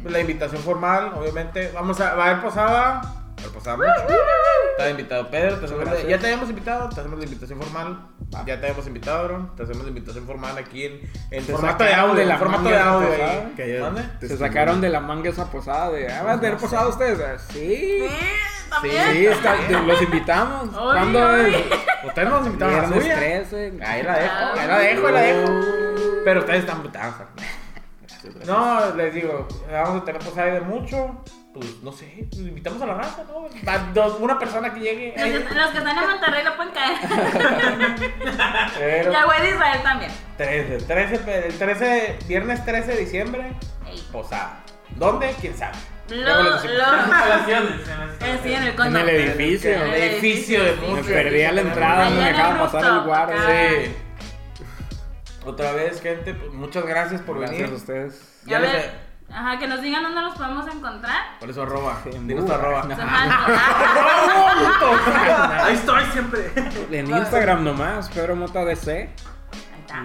A: la invitación formal, obviamente, vamos a, va a haber posada, va a haber posada mucho. Está invitado Pedro, te hacemos la-
E: gracias.
A: ya te habíamos invitado, te hacemos la invitación formal, ya te habíamos invitado, bro, te hacemos la invitación formal aquí en, en
E: Te
A: formato de
E: sacaron
A: audio,
E: de
A: en
E: la
A: formato de
E: manga,
A: audio.
E: te
A: ahí.
E: sacaron.
C: Que ya-
A: ¿Mande?
E: Se sacaron de la manga esa posada de, ah, ¿van a tener posada ustedes? Ah, Sí.
B: *laughs* Sí,
E: Sí,
B: también.
E: está- de- los invitamos.
B: Oye,
E: ¿Cuándo
B: oye.
E: es?
A: Ustedes nos invitaron a la
E: Viernes
A: suya.
E: 13.
A: Ahí la dejo,
E: Ah.
A: ahí la dejo, ahí la dejo. Pero ustedes están putados. No, les digo, vamos a tener posada de mucho. Pues no sé, invitamos a la raza, ¿no? Va dos- una persona que
B: *laughs*
A: llegue.
B: Los
A: ahí.
B: que, los que están en Monterrey lo pueden caer.
A: Pero
B: Y el güey de Israel también.
A: 13, 13, pe- el 13, viernes 13 de diciembre,
B: Ey.
A: posada. ¿Dónde? ¿Quién sabe?
B: Lo,
A: Luego
B: lo.
A: les decimos.
D: Instalaciones, en las
B: Eh, sí, en el
E: En
B: condo.
E: el edificio.
A: En el edificio de
E: Me
A: mucho.
E: perdí a la entrada,
B: Allá
E: me
B: en el
E: dejaba pasar el
B: rooftop,
E: guardia.
B: acá.
A: Sí. Otra vez, gente, pues, muchas gracias por
E: Gracias a
A: venir.
E: ustedes.
A: Ya
B: a
A: les-
B: ver, ajá, que nos digan dónde los podemos encontrar.
A: Por eso arroba.
E: Sí,
A: Dinos tu
E: uh,
A: arroba. *laughs*
E: no.
B: Ajá.
F: Ahí estoy siempre.
E: En Instagram nomás, Pedro Mota DC.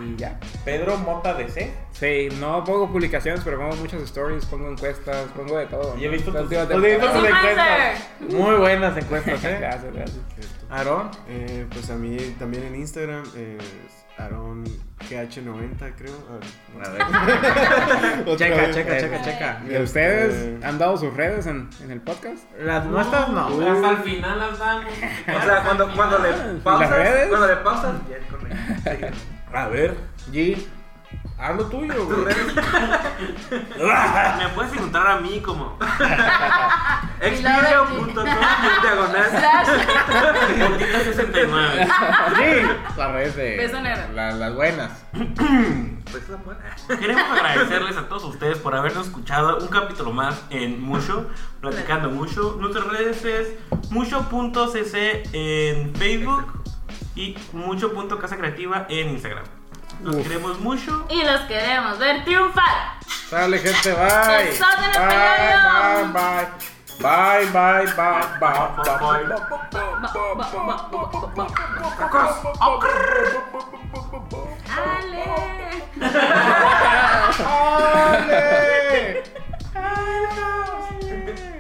E: Y ya.
A: Pedro Mota DC.
E: Sí, no pongo publicaciones, pero pongo muchas stories, pongo encuestas, pongo de todo.
A: Y he visto
E: Estas
A: tus,
E: últimas
A: he visto tus *laughs*
E: temporadas.
A: encuestas. Muy buenas encuestas, ¿eh?
E: Gracias, gracias.
A: Aarón.
C: Eh, pues a mí también en Instagram eh, es Aaron GH90, creo. Ah,
A: *laughs*
C: no. Otra
A: Checa,
C: vez.
A: checa,
E: Eh,
A: checa, checa.
E: ¿Y ustedes han dado sus redes en, en el podcast?
A: Las nuestras no.
D: Uy. Hasta el final las damos.
F: O sea, cuando, cuando le pausas,
E: redes?
F: cuando le pausas, ya es correcto.
A: A ver, G. Haz lo tuyo,
F: Tus
A: *laughs* güey.
F: redes.
D: Me puedes encontrar a mí como.
F: Exvideo.com diagonal.
B: Slash.
D: Cortito 69.
A: G. Las redes de.
B: Beso negro.
A: la- las buenas.
F: Pues esa buena.
D: Queremos agradecerles a todos ustedes por habernos escuchado un capítulo más en Mucho, platicando mucho. Nuestras redes es mucho.cc en Facebook y mucho.casa creativa en Instagram. Los
E: Uf.
D: queremos mucho.
B: Y los queremos ver triunfar.
A: Sale, gente, bye.
B: Besos en el
A: Bye,
B: periódico.
A: bye, bye. Bye, bye, bye, bye, bye.
B: Ale.
A: ¡Ale! ¡Ale!